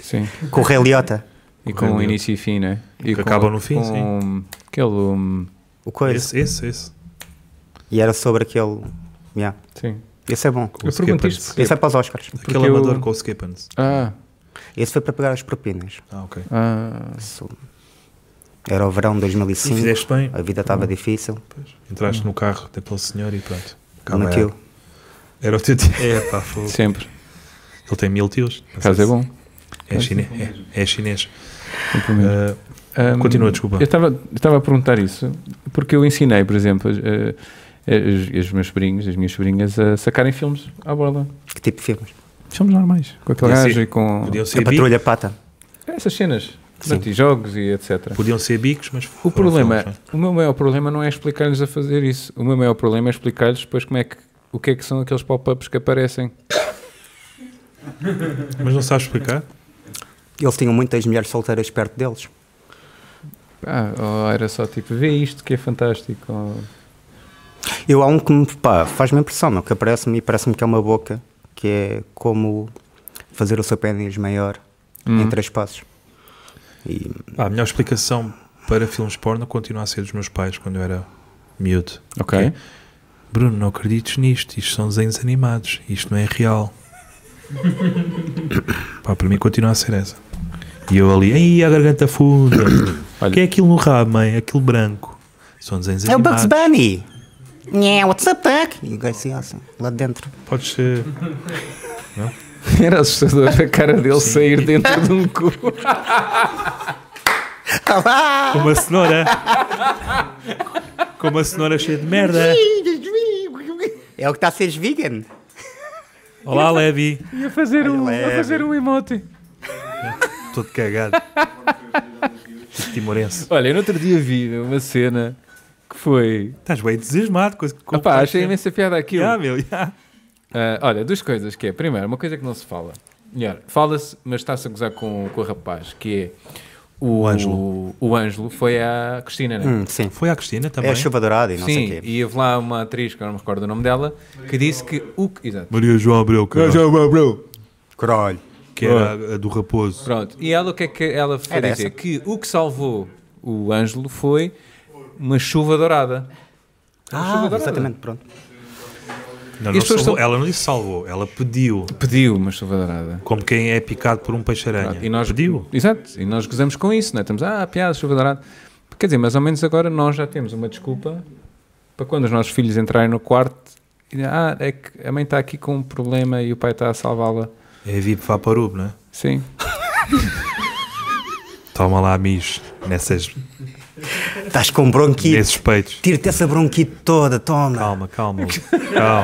Sim.
com o Ray Liotta,
E
Correu
com
ali.
início e fim, né? E
Que acaba no fim,
com
sim.
Aquele. hum,
o coisa.
Esse, esse, esse.
E era sobre aquele. Yeah.
Sim.
Esse é bom.
Com
Eu
o
pergunto
Skippers.
isto
Esse é para os Oscars.
Aquele
porque eu-
amador com o Skippens.
Ah,
Esse foi para pegar as propinas.
Ah, ok.
ah.
Isso Era o verão de
E
2005.
fizeste Uhum. bem.
A vida estava difícil.
Entraste no carro daquele senhor e pronto. Acaba
Naquilo.
ela. Era o teu tio. É, pá, fogo.
Sempre.
Ele tem mil tios. Não
Caso
sei
é bom.
se- É, chine... é, é chinês.
Cumprimento.
Ah,
Ahm,
continua, desculpa.
É Eu estava eu estava a perguntar isso porque eu ensinei, por exemplo, as, eh, as- os meus sobrinhos, as minhas sobrinhas, a sacarem filmes à borda.
Que tipo de filmes?
Filmes normais. Com aquele
Podia
gajo
ser-
e com.
podiam,
A
ser bicos,
Patrulha Pata.
Essas cenas. Portanto, e jogos e etc.
podiam ser bicos, mas.
O
um
foram
problema,
filmes,
o meu maior problema não é explicar-lhes a fazer isso. O meu maior problema é explicar-lhes depois como é que, o que é que são aqueles pop-ups que aparecem.
não é? Mas não sabes explicar?
Eles tinham muitas mulheres solteiras perto deles.
Ah, ou era só tipo, vê isto que é fantástico. ou-
Eu há um que me pá, faz-me impressão, meu, que aparece-me e parece-me que é uma boca, que é como fazer o seu pênis maior
hum.
Uhum.
em três passos. E
Pá, Ah, a melhor explicação para filmes porno continua a ser dos meus pais quando eu era miúdo.
Ok.
Bruno, não acredites nisto, isto são desenhos animados, isto não é real. Pá, para mim continua a ser essa. E eu ali, ai, a garganta funda. O
Olha.
que é aquilo no rabo, mãe? Aquilo branco. São desenhos
é o Bugs
animados.
Bunny! Yeah, what's up, Duck? E o gajo assim, assim, lá de dentro.
Podes ser.
Era assustador a cara dele sair dentro de um cu.
Com uma cenoura. Com uma cenoura cheia de merda.
É o que está a seres vegan.
Olá, Levi.
Ia fazer, um,
leve.
a
é
fazer um emote.
Todo cagado. Tipo Timorense.
Olha, eu no outro dia vi uma cena que foi.
Estás bem entusiasmado com com-
Opá, achei imensa piada aquilo.
Ah, meu, já.
Ah, olha, duas coisas que é. Primeiro, uma coisa que não se fala. Melhor, fala-se, mas está-se a gozar com, com o rapaz, que é o,
O Ângelo.
O, Ângelo foi à Cristina, né?
Hum, sim.
Foi à Cristina
É
também.
a chuva dourada e não sei é.
Sim,
o quê.
e houve lá uma atriz, que eu não me recordo o nome dela, que disse que o. que- Exato.
Maria João Abreu, cara.
Caralho.
que era a do Raposo.
Pronto, e ela o que é que ela foi
Era
dizer?
essa.
Que o que salvou o Ângelo foi uma chuva dourada.
Ah, exatamente, pronto.
Não,
E
não
as pessoas
salvou.
estão-
Ela não disse salvou, ela pediu.
Pediu uma chuva dourada.
Como quem é picado por um
Pronto,
peixe-aranha.
e nós,
Pediu.
Exato, e nós gozamos com isso, não é? Estamos, ah, piada, chuva dourada. Quer dizer, mas ao menos agora nós já temos uma desculpa para quando os nossos filhos entrarem no quarto e, ah, é que a mãe está aqui com um problema e o pai está a salvá-la.
É VIP Vaporub, não é?
Sim.
Toma lá, mis, nessas,
Estás com bronquite.
nesses peitos.
Tira-te essa bronquite toda, toma.
Calma, calma, Lu. calma.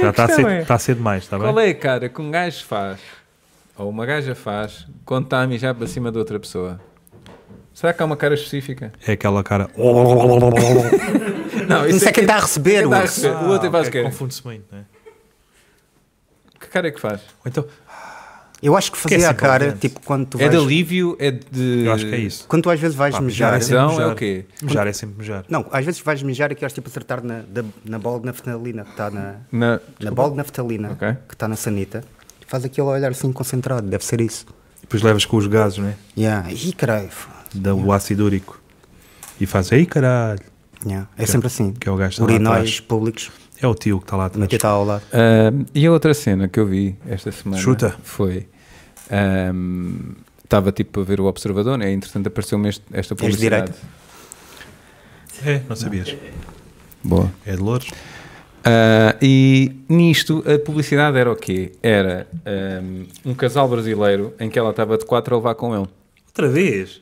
Já está a, ser, tá a ser demais, está
é? Qual
bem?
é a cara que um gajo faz, ou uma gaja faz, quando está a mijar para cima de outra pessoa? Será que há uma cara específica?
É aquela cara.
Não,
Isso é quem está a
quem
receber,
está a
Urso.
receber. o outro é
Ah,
faz o
ok,
quê?
Confunde-se muito, não é?
que cara é que faz? Ou então,
Eu acho que fazer
é
a cara,
simplesmente.
tipo, quando tu
é
vais.
de alívio? É de.
Eu acho que é isso.
Quando tu às vezes vais
Pá,
mijar. assim-
mijar é sempre
Então,
mijar.
é o quê?
Mijar é sempre mijar.
Não, às vezes vais mijar e queres tipo acertar na, da- na bola de naftalina que está na.
Na...
Na bola de naftalina
Ok.
que está na sanita. Faz aquele olhar assim concentrado, deve ser isso.
E depois levas com os gases, né?
Yeah. Ih, caralho. f-
Dá o ácido úrico. E faz aí, caralho.
Yeah. É sempre assim.
que é o gajo que está lá
Urinóis públicos.
É o tio que está lá
Também
atrás.
está ao lado.
Ahm, e a outra cena que eu vi esta semana
Chuta.
foi. ahm, Estava tipo a ver o observador, né? entretanto apareceu-me este- esta
Tens
publicidade.
É, não sabias.
Boa.
É de Louros.
Ah, e nisto a publicidade era o quê? Era ahm, um casal brasileiro em que ela estava de quatro a levar com ele.
Outra vez?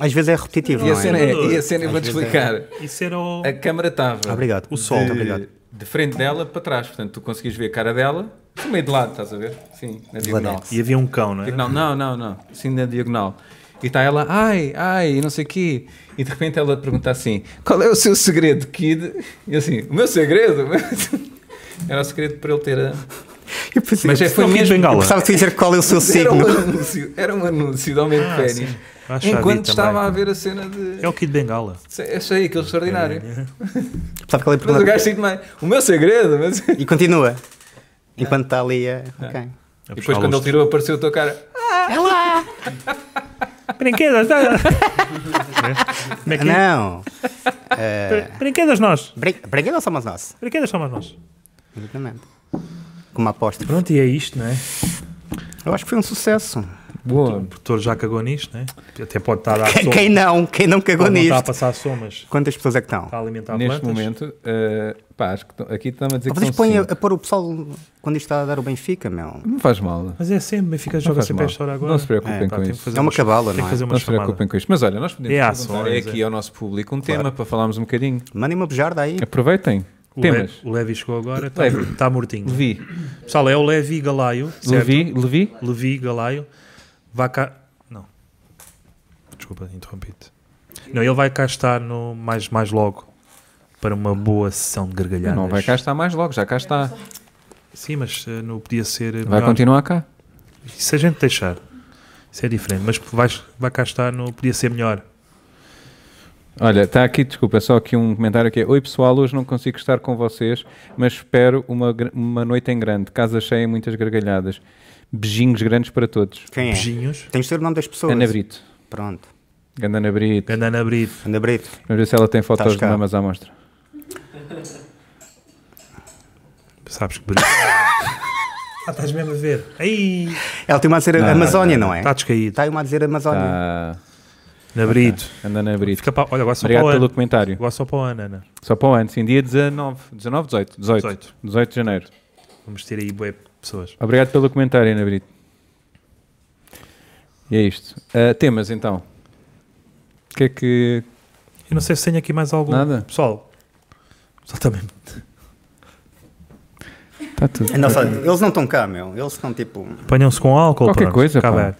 Às vezes é repetitivo,
E a
não é?
cena é, e a cena eu
Às
vou-te
vezes é.
explicar.
Isso era o...
A câmara estava.
Obrigado. O sol,
de,
obrigado.
De frente dela para trás, portanto tu conseguias ver a cara dela, do meio de lado, estás a ver? Sim, na diagonal.
E havia um cão, não é?
Diagonal, não, não, não, sim, na diagonal. E está ela, ai, ai, e não sei o quê. E de repente ela pergunta assim: qual é o seu segredo, kid? E eu assim: o meu segredo? Era o segredo para ele ter eh, a.
Eu pensei,
Mas é, foi mesmo.
eu precisava de dizer qual é o seu
Era um
signo.
anúncio, era um anúncio de homem de pênis.
Acho que já vi
Enquanto estava
também.
a ver a cena de.
É o Kid Bengala.
Achei aquilo é extraordinário.
Sabe qual é
um-
a
Mas o
pergunta?
gajo Ah. sente mais. O meu segredo, mas. E
E continua. Enquanto está ali, é.
Ah.
Ok.
depois quando ele tirou apareceu o teu cara.
Ah,
Brinquedos, tá?
é
Não. É,
brinquedos nós.
brin- Brinquedos somos nós.
Brinquedos somos nós.
Exatamente. Com uma aposta.
Pronto, e é isto, não é?
Eu acho que foi um sucesso.
Boa.
O produtor já cagou nisto, não é? Até pode estar a dar
Quem,
somas.
quem não? Quem não cagou
Pode não estar a
nisto?
passar somas.
Quantas pessoas é que estão?
Está a alimentar
Neste
plantas.
momento, eh, pá, acho que t- aqui estamos a dizer
Vocês
que são
põem a,
cinco.
a pôr o pessoal quando isto está a dar o Benfica, meu.
Não faz mal.
Mas é sempre, Benfica
Não,
joga
faz
sempre
mal.
esta hora agora.
não se preocupem
É,
Pá,
com
tem que
isso.
fazer
É uma
ch-
cabala,
Tem
não
que
é?
fazer uma
Não se
chamada.
preocupem com isto. Mas olha, nós podemos
É a
perguntar
ações,
aqui
é.
ao nosso público um tema para falarmos um bocadinho.
Mandem uma bejarda aí.
Aproveitem.
O,
Temas.
Le, o Levi chegou agora,
Levi.
está tá mortinho.
Levi.
Pessoal, é o Levi Galaio. certo?
Levi. Levi.
Levi Galaio. Vai cá. Não. Desculpa, interrompi-te. Não, ele vai cá estar no, mais, mais logo para uma boa sessão de gargalhadas.
Não vai cá estar mais logo, já cá está.
Sim, mas eh, não podia ser.
Vai
melhor.
continuar cá.
Se a gente deixar, isso é diferente. Mas vais, vai cá estar, no, podia ser melhor.
Olha, está aqui, desculpa, só aqui um comentário que é Oi pessoal, hoje não consigo estar com vocês, mas espero uma, gr- uma noite em grande, casa cheia e muitas gargalhadas. Beijinhos grandes para todos.
Quem é?
Beijinhos.
Tens de ter o nome das pessoas.
Ana Brito.
Pronto.
Grande Ana Brito.
Gandana Brito.
Ana Brito.
Vamos ver se ela tem fotos
Estás
de
cá.
mamas à mostra.
Sabes que Brito. ah, estás mesmo a ver. Aí!
Ela tem uma a dizer Amazónia, não, é?
Está descaído.
Está aí uma a dizer Amazónia.
Tá.
Na Brito.
Anda Ana Brito.
Fica para, olha, agora só
Obrigado
para o
pelo
ano.
comentário.
Agora só para o ano, Ana.
Só para o ano, sim, dia 19. 19, 18. 18,
18.
18 de janeiro.
Vamos ter aí boé pessoas.
Obrigado pelo comentário, Ana Brito. E é isto. Ah, temas então. O que é que.
Eu não sei se tenho aqui mais algum.
Nada.
Pessoal. Pessoal também.
Está tudo.
É nossa, eles não estão cá, meu. Eles estão tipo.
Apanham-se com álcool.
Qualquer
pronto,
coisa,
cá
pá.
vai.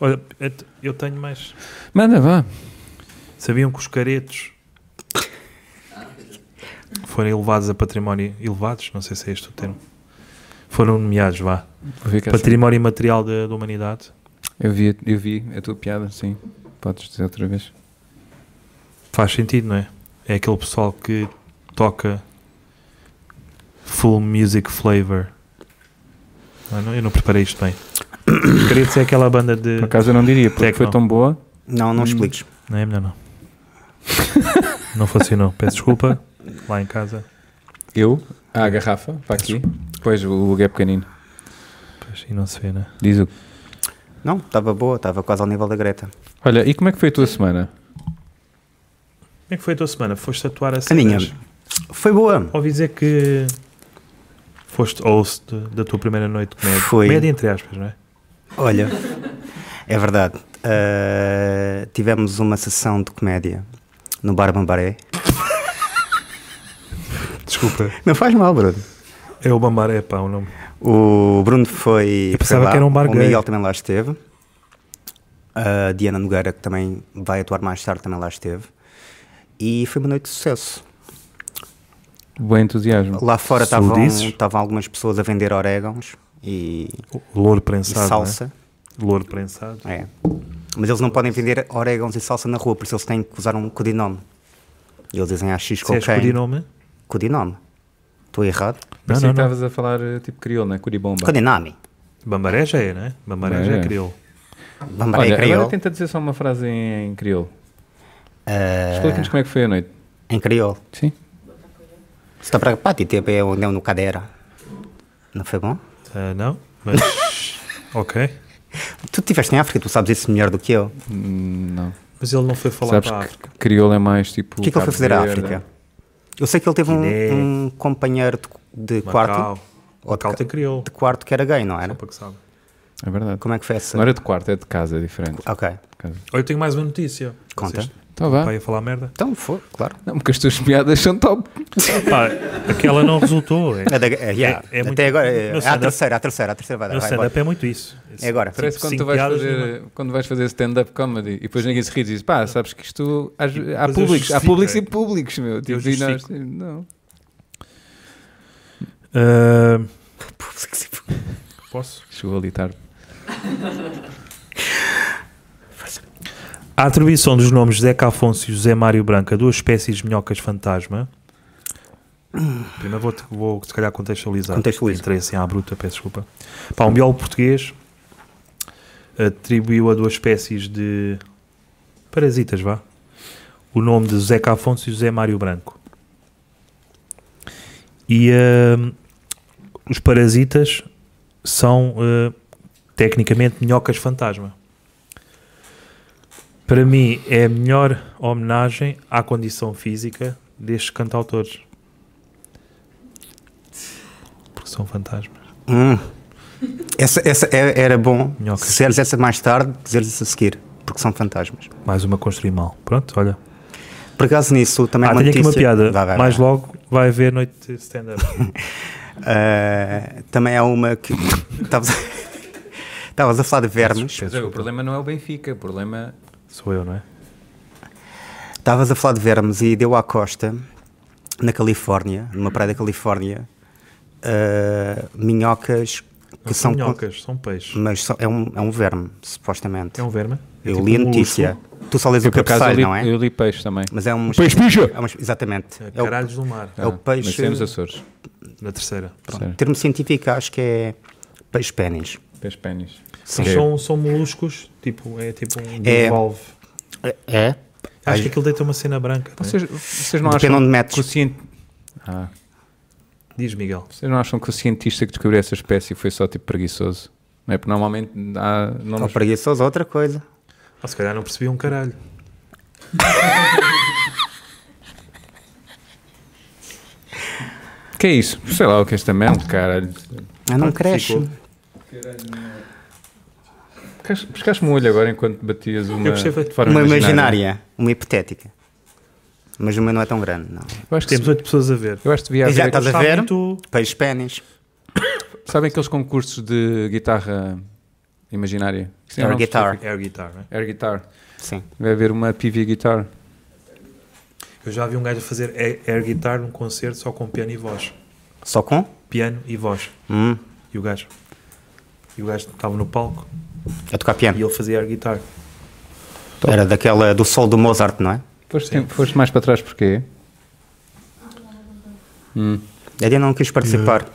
Olha, eu te- eu tenho mais.
Manda, vá.
Sabiam que os caretos foram elevados a património. Elevados? Não sei se é este o termo. Foram nomeados, vá.
Vou ficar assim.
Património imaterial da, da humanidade.
Eu vi, eu vi a tua piada, sim. Podes dizer outra vez.
Faz sentido, não é? É aquele pessoal que toca full music flavor. Ah, não, eu não preparei isto bem. Os caretos é aquela banda de.
Por acaso eu não diria, porque
Tecno.
foi tão boa.
Não, não expliques.
Não é melhor não. não funcionou. Peço desculpa. Lá em casa.
Eu, ah, a garrafa, para aqui. Pois o Hugo é pequenino.
Pois, e não se vê, né?
Diz o.
Não, estava boa, estava quase ao nível da Greta.
Olha, e como é que foi a tua semana?
Como é que foi a tua semana? Foste tatuar a
Caninha,
cenas?
foi boa.
Ouvi dizer que foste host da tua primeira noite de comédia.
Foi.
Comédia entre aspas, não é?
Olha, é verdade. Ah, tivemos uma sessão de comédia no Bar Bambaré.
Desculpa.
Não faz mal, Bruno.
É o Bambaré, pá, o nome.
O Bruno foi.
Eu pensava
foi lá,
que era um bar
O
gay.
Miguel também lá esteve. A Diana Nogueira, que também vai atuar mais tarde, também lá esteve. E foi uma noite de sucesso.
Bom entusiasmo.
Lá fora estavam
Saudizes?
estavam algumas pessoas a vender orégãos e,
Louro
e
prensado. né?
salsa.
Louro prensado.
É. Mas eles não podem vender orégãos e salsa na rua, por isso eles têm que usar um codinome. E eles dizem "Ah, AX
Se és
cocaine.
codinome?
Codinome. Estou errado?
Não,
Não, não, não.
estavas a falar eh, tipo crioulo, né? Curibomba.
Codinome.
Bambaré já é, né? Bambaré já é
É.
crioulo.
Bambaré
Olha,
é crioulo.
agora tenta dizer só uma frase em crioulo. Explica-nos como é que foi a noite.
Ah, Em crioulo.
Sim.
Está para pá, tipo, é o neo no cadeira. Não foi bom?
Ah, não, mas. ok.
Tu estiveste em África, tu sabes isso melhor do que eu.
Hum, Não.
Mas ele não foi falar
Sabes
para a África.
que crioulo é mais tipo.
O que é que ele foi fazer à
Cabo Verde.
África? Eu sei que ele teve
Guiné.
um, um companheiro de, de quarto.
Macau.
Ou de,
Macau
ca-
tem crioulo.
de quarto que era gay, não
Só
era?
para que sabe.
É verdade.
Como é que foi essa?
Não era de quarto, é de casa, é diferente.
Ok,
Olha, eu tenho mais uma notícia.
conta.
Vocês-
Então vá.
Pá, ia falar merda.
Então foi, claro.
Não, porque as tuas piadas são top.
Pá, aquela não resultou. É.
É da- é, yeah.
é muito-
Até agora. É,
no
é a
stand-up-
terceira, a terceira, a terceira vai dar.
No
vai, bora.
stand-up é muito isso.
É agora.
Parece
Tipo,
quando
cinco
tu vais
piadas
fazer, quando vais fazer stand-up comedy e depois ninguém se ri e diz, pá, sabes que isto às-
E
há
depois eu
públicos, há
justifico,
públicos
é.
e públicos, meu. Tipo, e nós,
justifico.
não.
Ah, posso?
Chegou ali tarde.
A atribuição dos nomes Zeca Afonso e José Mário Branco a duas espécies de minhocas fantasma. Primeiro vou, vou se calhar contextualizar.
Contextualiza.
Entrei assim à bruta, peço desculpa. Pá, um biólogo português atribuiu a duas espécies de parasitas, vá, o nome de Zeca Afonso e José Mário Branco. E hum, os parasitas são hum, tecnicamente minhocas fantasma. Para mim é a melhor homenagem à condição física destes cantautores. Porque são fantasmas.
Hum. Essa, essa é- era bom.
Minhocas.
Se fizeres essa mais tarde, dizeres isso a seguir. Porque são fantasmas.
Mais uma construir mal. Pronto, olha.
Por acaso nisso também
ah,
há uma
tenho aqui
notícia.
uma piada.
Vai, vai,
Mais
vai.
logo vai haver noite de stand-up.
Ah, também há uma que. Estavas a... estavas a falar de vermes.
Peço
Mas é, o
desculpa.
problema não é o Benfica, o problema
Sou eu, não é?
Estavas a falar de vermes e deu à costa, na Califórnia, numa praia da Califórnia, ah, minhocas que
Não
são.
são minhocas, são peixes.
Mas são- é, um, é um verme, supostamente.
É um verme? É
Eu
tipo
li a
um
notícia.
urso.
Tu só lês o
por acaso eu
cabeceiro,
li,
não é?
eu li peixe também.
Mas é um. é um- exatamente.
É
É o,
Caralhos do mar.
é o
Mas
peixe.
temos Açores.
Na terceira. Pronto.
Sério.
termo científico acho que é peixe pênis.
Peixe pênis.
São,
Ok.
são, são moluscos, tipo, é tipo um
É.
devolve.
É?
Acho que aquilo deita uma cena branca. não é?
Vocês, vocês não
Depende
acham
onde metes.
que o cien- Ah,
Diz Miguel.
vocês não acham que o cientista que descobriu essa espécie foi só tipo preguiçoso? Não é porque normalmente há
Ou
nomes
preguiçoso, outra coisa.
Ah, se calhar não percebi um caralho.
Que é isso? Sei lá o que é esta merda, caralho.
Ah, não cresce.
Pescaste- Pescaste-me o um olho agora enquanto batias uma.
Eu percebo.
de forma
Uma imaginária, uma hipotética. Mas o meu não é tão grande, não.
Eu acho que,
Temos oito pessoas a ver.
eu acho que devia haver.
Já
aqueles-
estás a
Está
ver?
muito-
Peixe pênis.
Sabem aqueles concursos de guitarra imaginária? Sim,
Air
não,
guitar.
Air guitar, né?
Air guitar.
Sim.
Vai haver uma PV guitar.
Eu já vi um gajo a fazer air, air guitar num concerto só com piano e voz.
Só com?
Piano e voz.
Hum.
E o gajo. E o gajo estava no palco
A tocar
e
piano.
ele fazia air guitar.
Top.
Era daquela do sol do Mozart, não é?
Foste, foste mais para trás porquê? Hum.
A Diana não quis participar.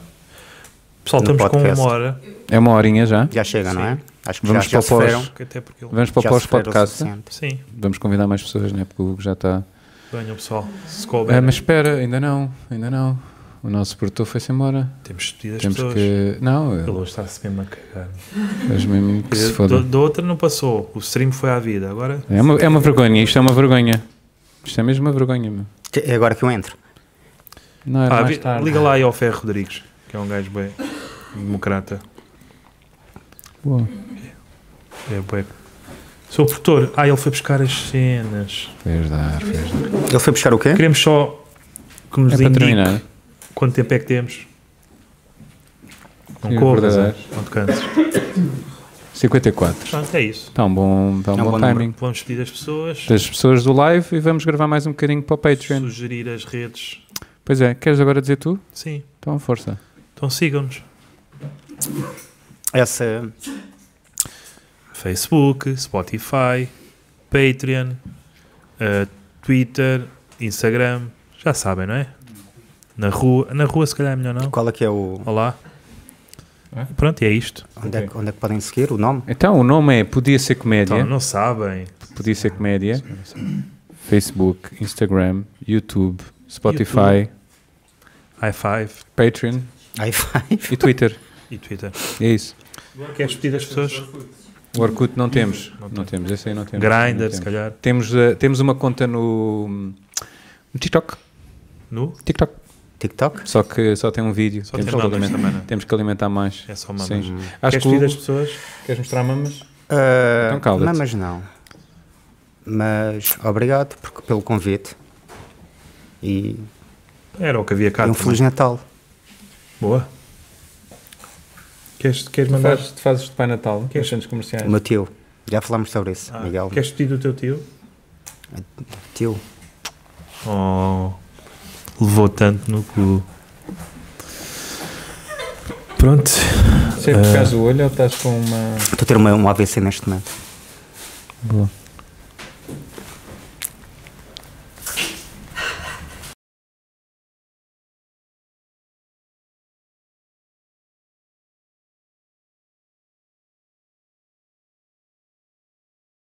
Pessoal,
No
estamos com
podcast.
uma hora.
É uma horinha já.
Já chega, não é? Acho que
Vamos
já, já
para o pós.
sofreram.
Que Até porque ele...
Vamos para
Já
o
sofreram o
pós-podcast. né?
suficiente.
Sim,
Vamos convidar mais pessoas, né? Porque o Hugo já está.
venham pessoal. Se couber,
Ah, mas espera, ainda não, ainda não. O nosso produtor foi-se embora.
temos despedido as
Temos
pessoas.
que. Não,
Ele
eu-
hoje está-se mesmo a cagar.
mas mesmo que se
Da
foda.
da outra não passou. O stream foi à vida. Agora
É uma, é uma vergonha, isto é uma vergonha. Isto é mesmo uma vergonha, meu.
Que- É agora que eu entro.
Não era
Ah,
mais
vi-
tarde.
liga lá aí ao Ferro Rodrigues, que é um gajo bem democrata.
Boa.
É bem. Sou produtor. Ah, ele foi buscar as cenas.
Fez dar, fez dar.
Ele foi buscar o quê?
Queremos só que nos
É para
indique
terminar.
quanto tempo é que temos. Não
Sim,
corras, é?
verdadeiros.
não te canses.
54.
Portanto, é isso.
Está um bom, está um
É um
bom,
bom número.
timing.
Vamos pedir as pessoas,
Das pessoas do live e vamos gravar mais um bocadinho para o Patreon.
sugerir as redes.
Pois é, queres agora dizer tu?
Sim.
Então, força.
Então sigam-nos.
Essa
Facebook, Spotify, Patreon, eh, Twitter, Instagram. Já sabem, não é? Na rua, na rua se calhar é melhor não.
qual é que é o.
Olá.
É?
Pronto, e é isto.
Onde, é, que- onde é que podem seguir? O nome?
Então, o nome é Podia Ser Comédia.
Então, não sabem.
Podia Ser Comédia. Facebook, Instagram, YouTube, Spotify,
High five
Patreon
Aí vai.
e Twitter.
e Twitter.
É isso.
Queres pedir às pessoas?
O Orkut não temos. Não temos. Esse aí não temos. Não
Grindr,
temos.
se calhar.
Temos, eh, temos uma conta no, no TikTok.
Nu?
TikTok.
TikTok?
Só que só tem um vídeo.
Só
temos,
tem
que
mamas
alimentar,
também, não é?
temos que alimentar mais.
É só mamas.
Sim.
Hum.
Acho
Queres
que
pedir
o-
às pessoas?
Queres mostrar mamas?
Ah,
Então cala-te.
Mas não. Mas obrigado porque, pelo convite. E,
Era o que havia cá.
e um
também.
Feliz Natal.
Boa. Queres, queres
Tu
mandar?
fazes, tu fazes de Pai Natal,
Queres?
nos centros comerciais.
O meu tio. Já falámos sobre isso,
Ah,
Miguel.
Queres pedir do teu tio?
Tio.
Oh, levou tanto no cu. Pronto.
Sempre uh... o olho ou estás com uma.
Estou a ter uma, um AVC neste momento.
Boa.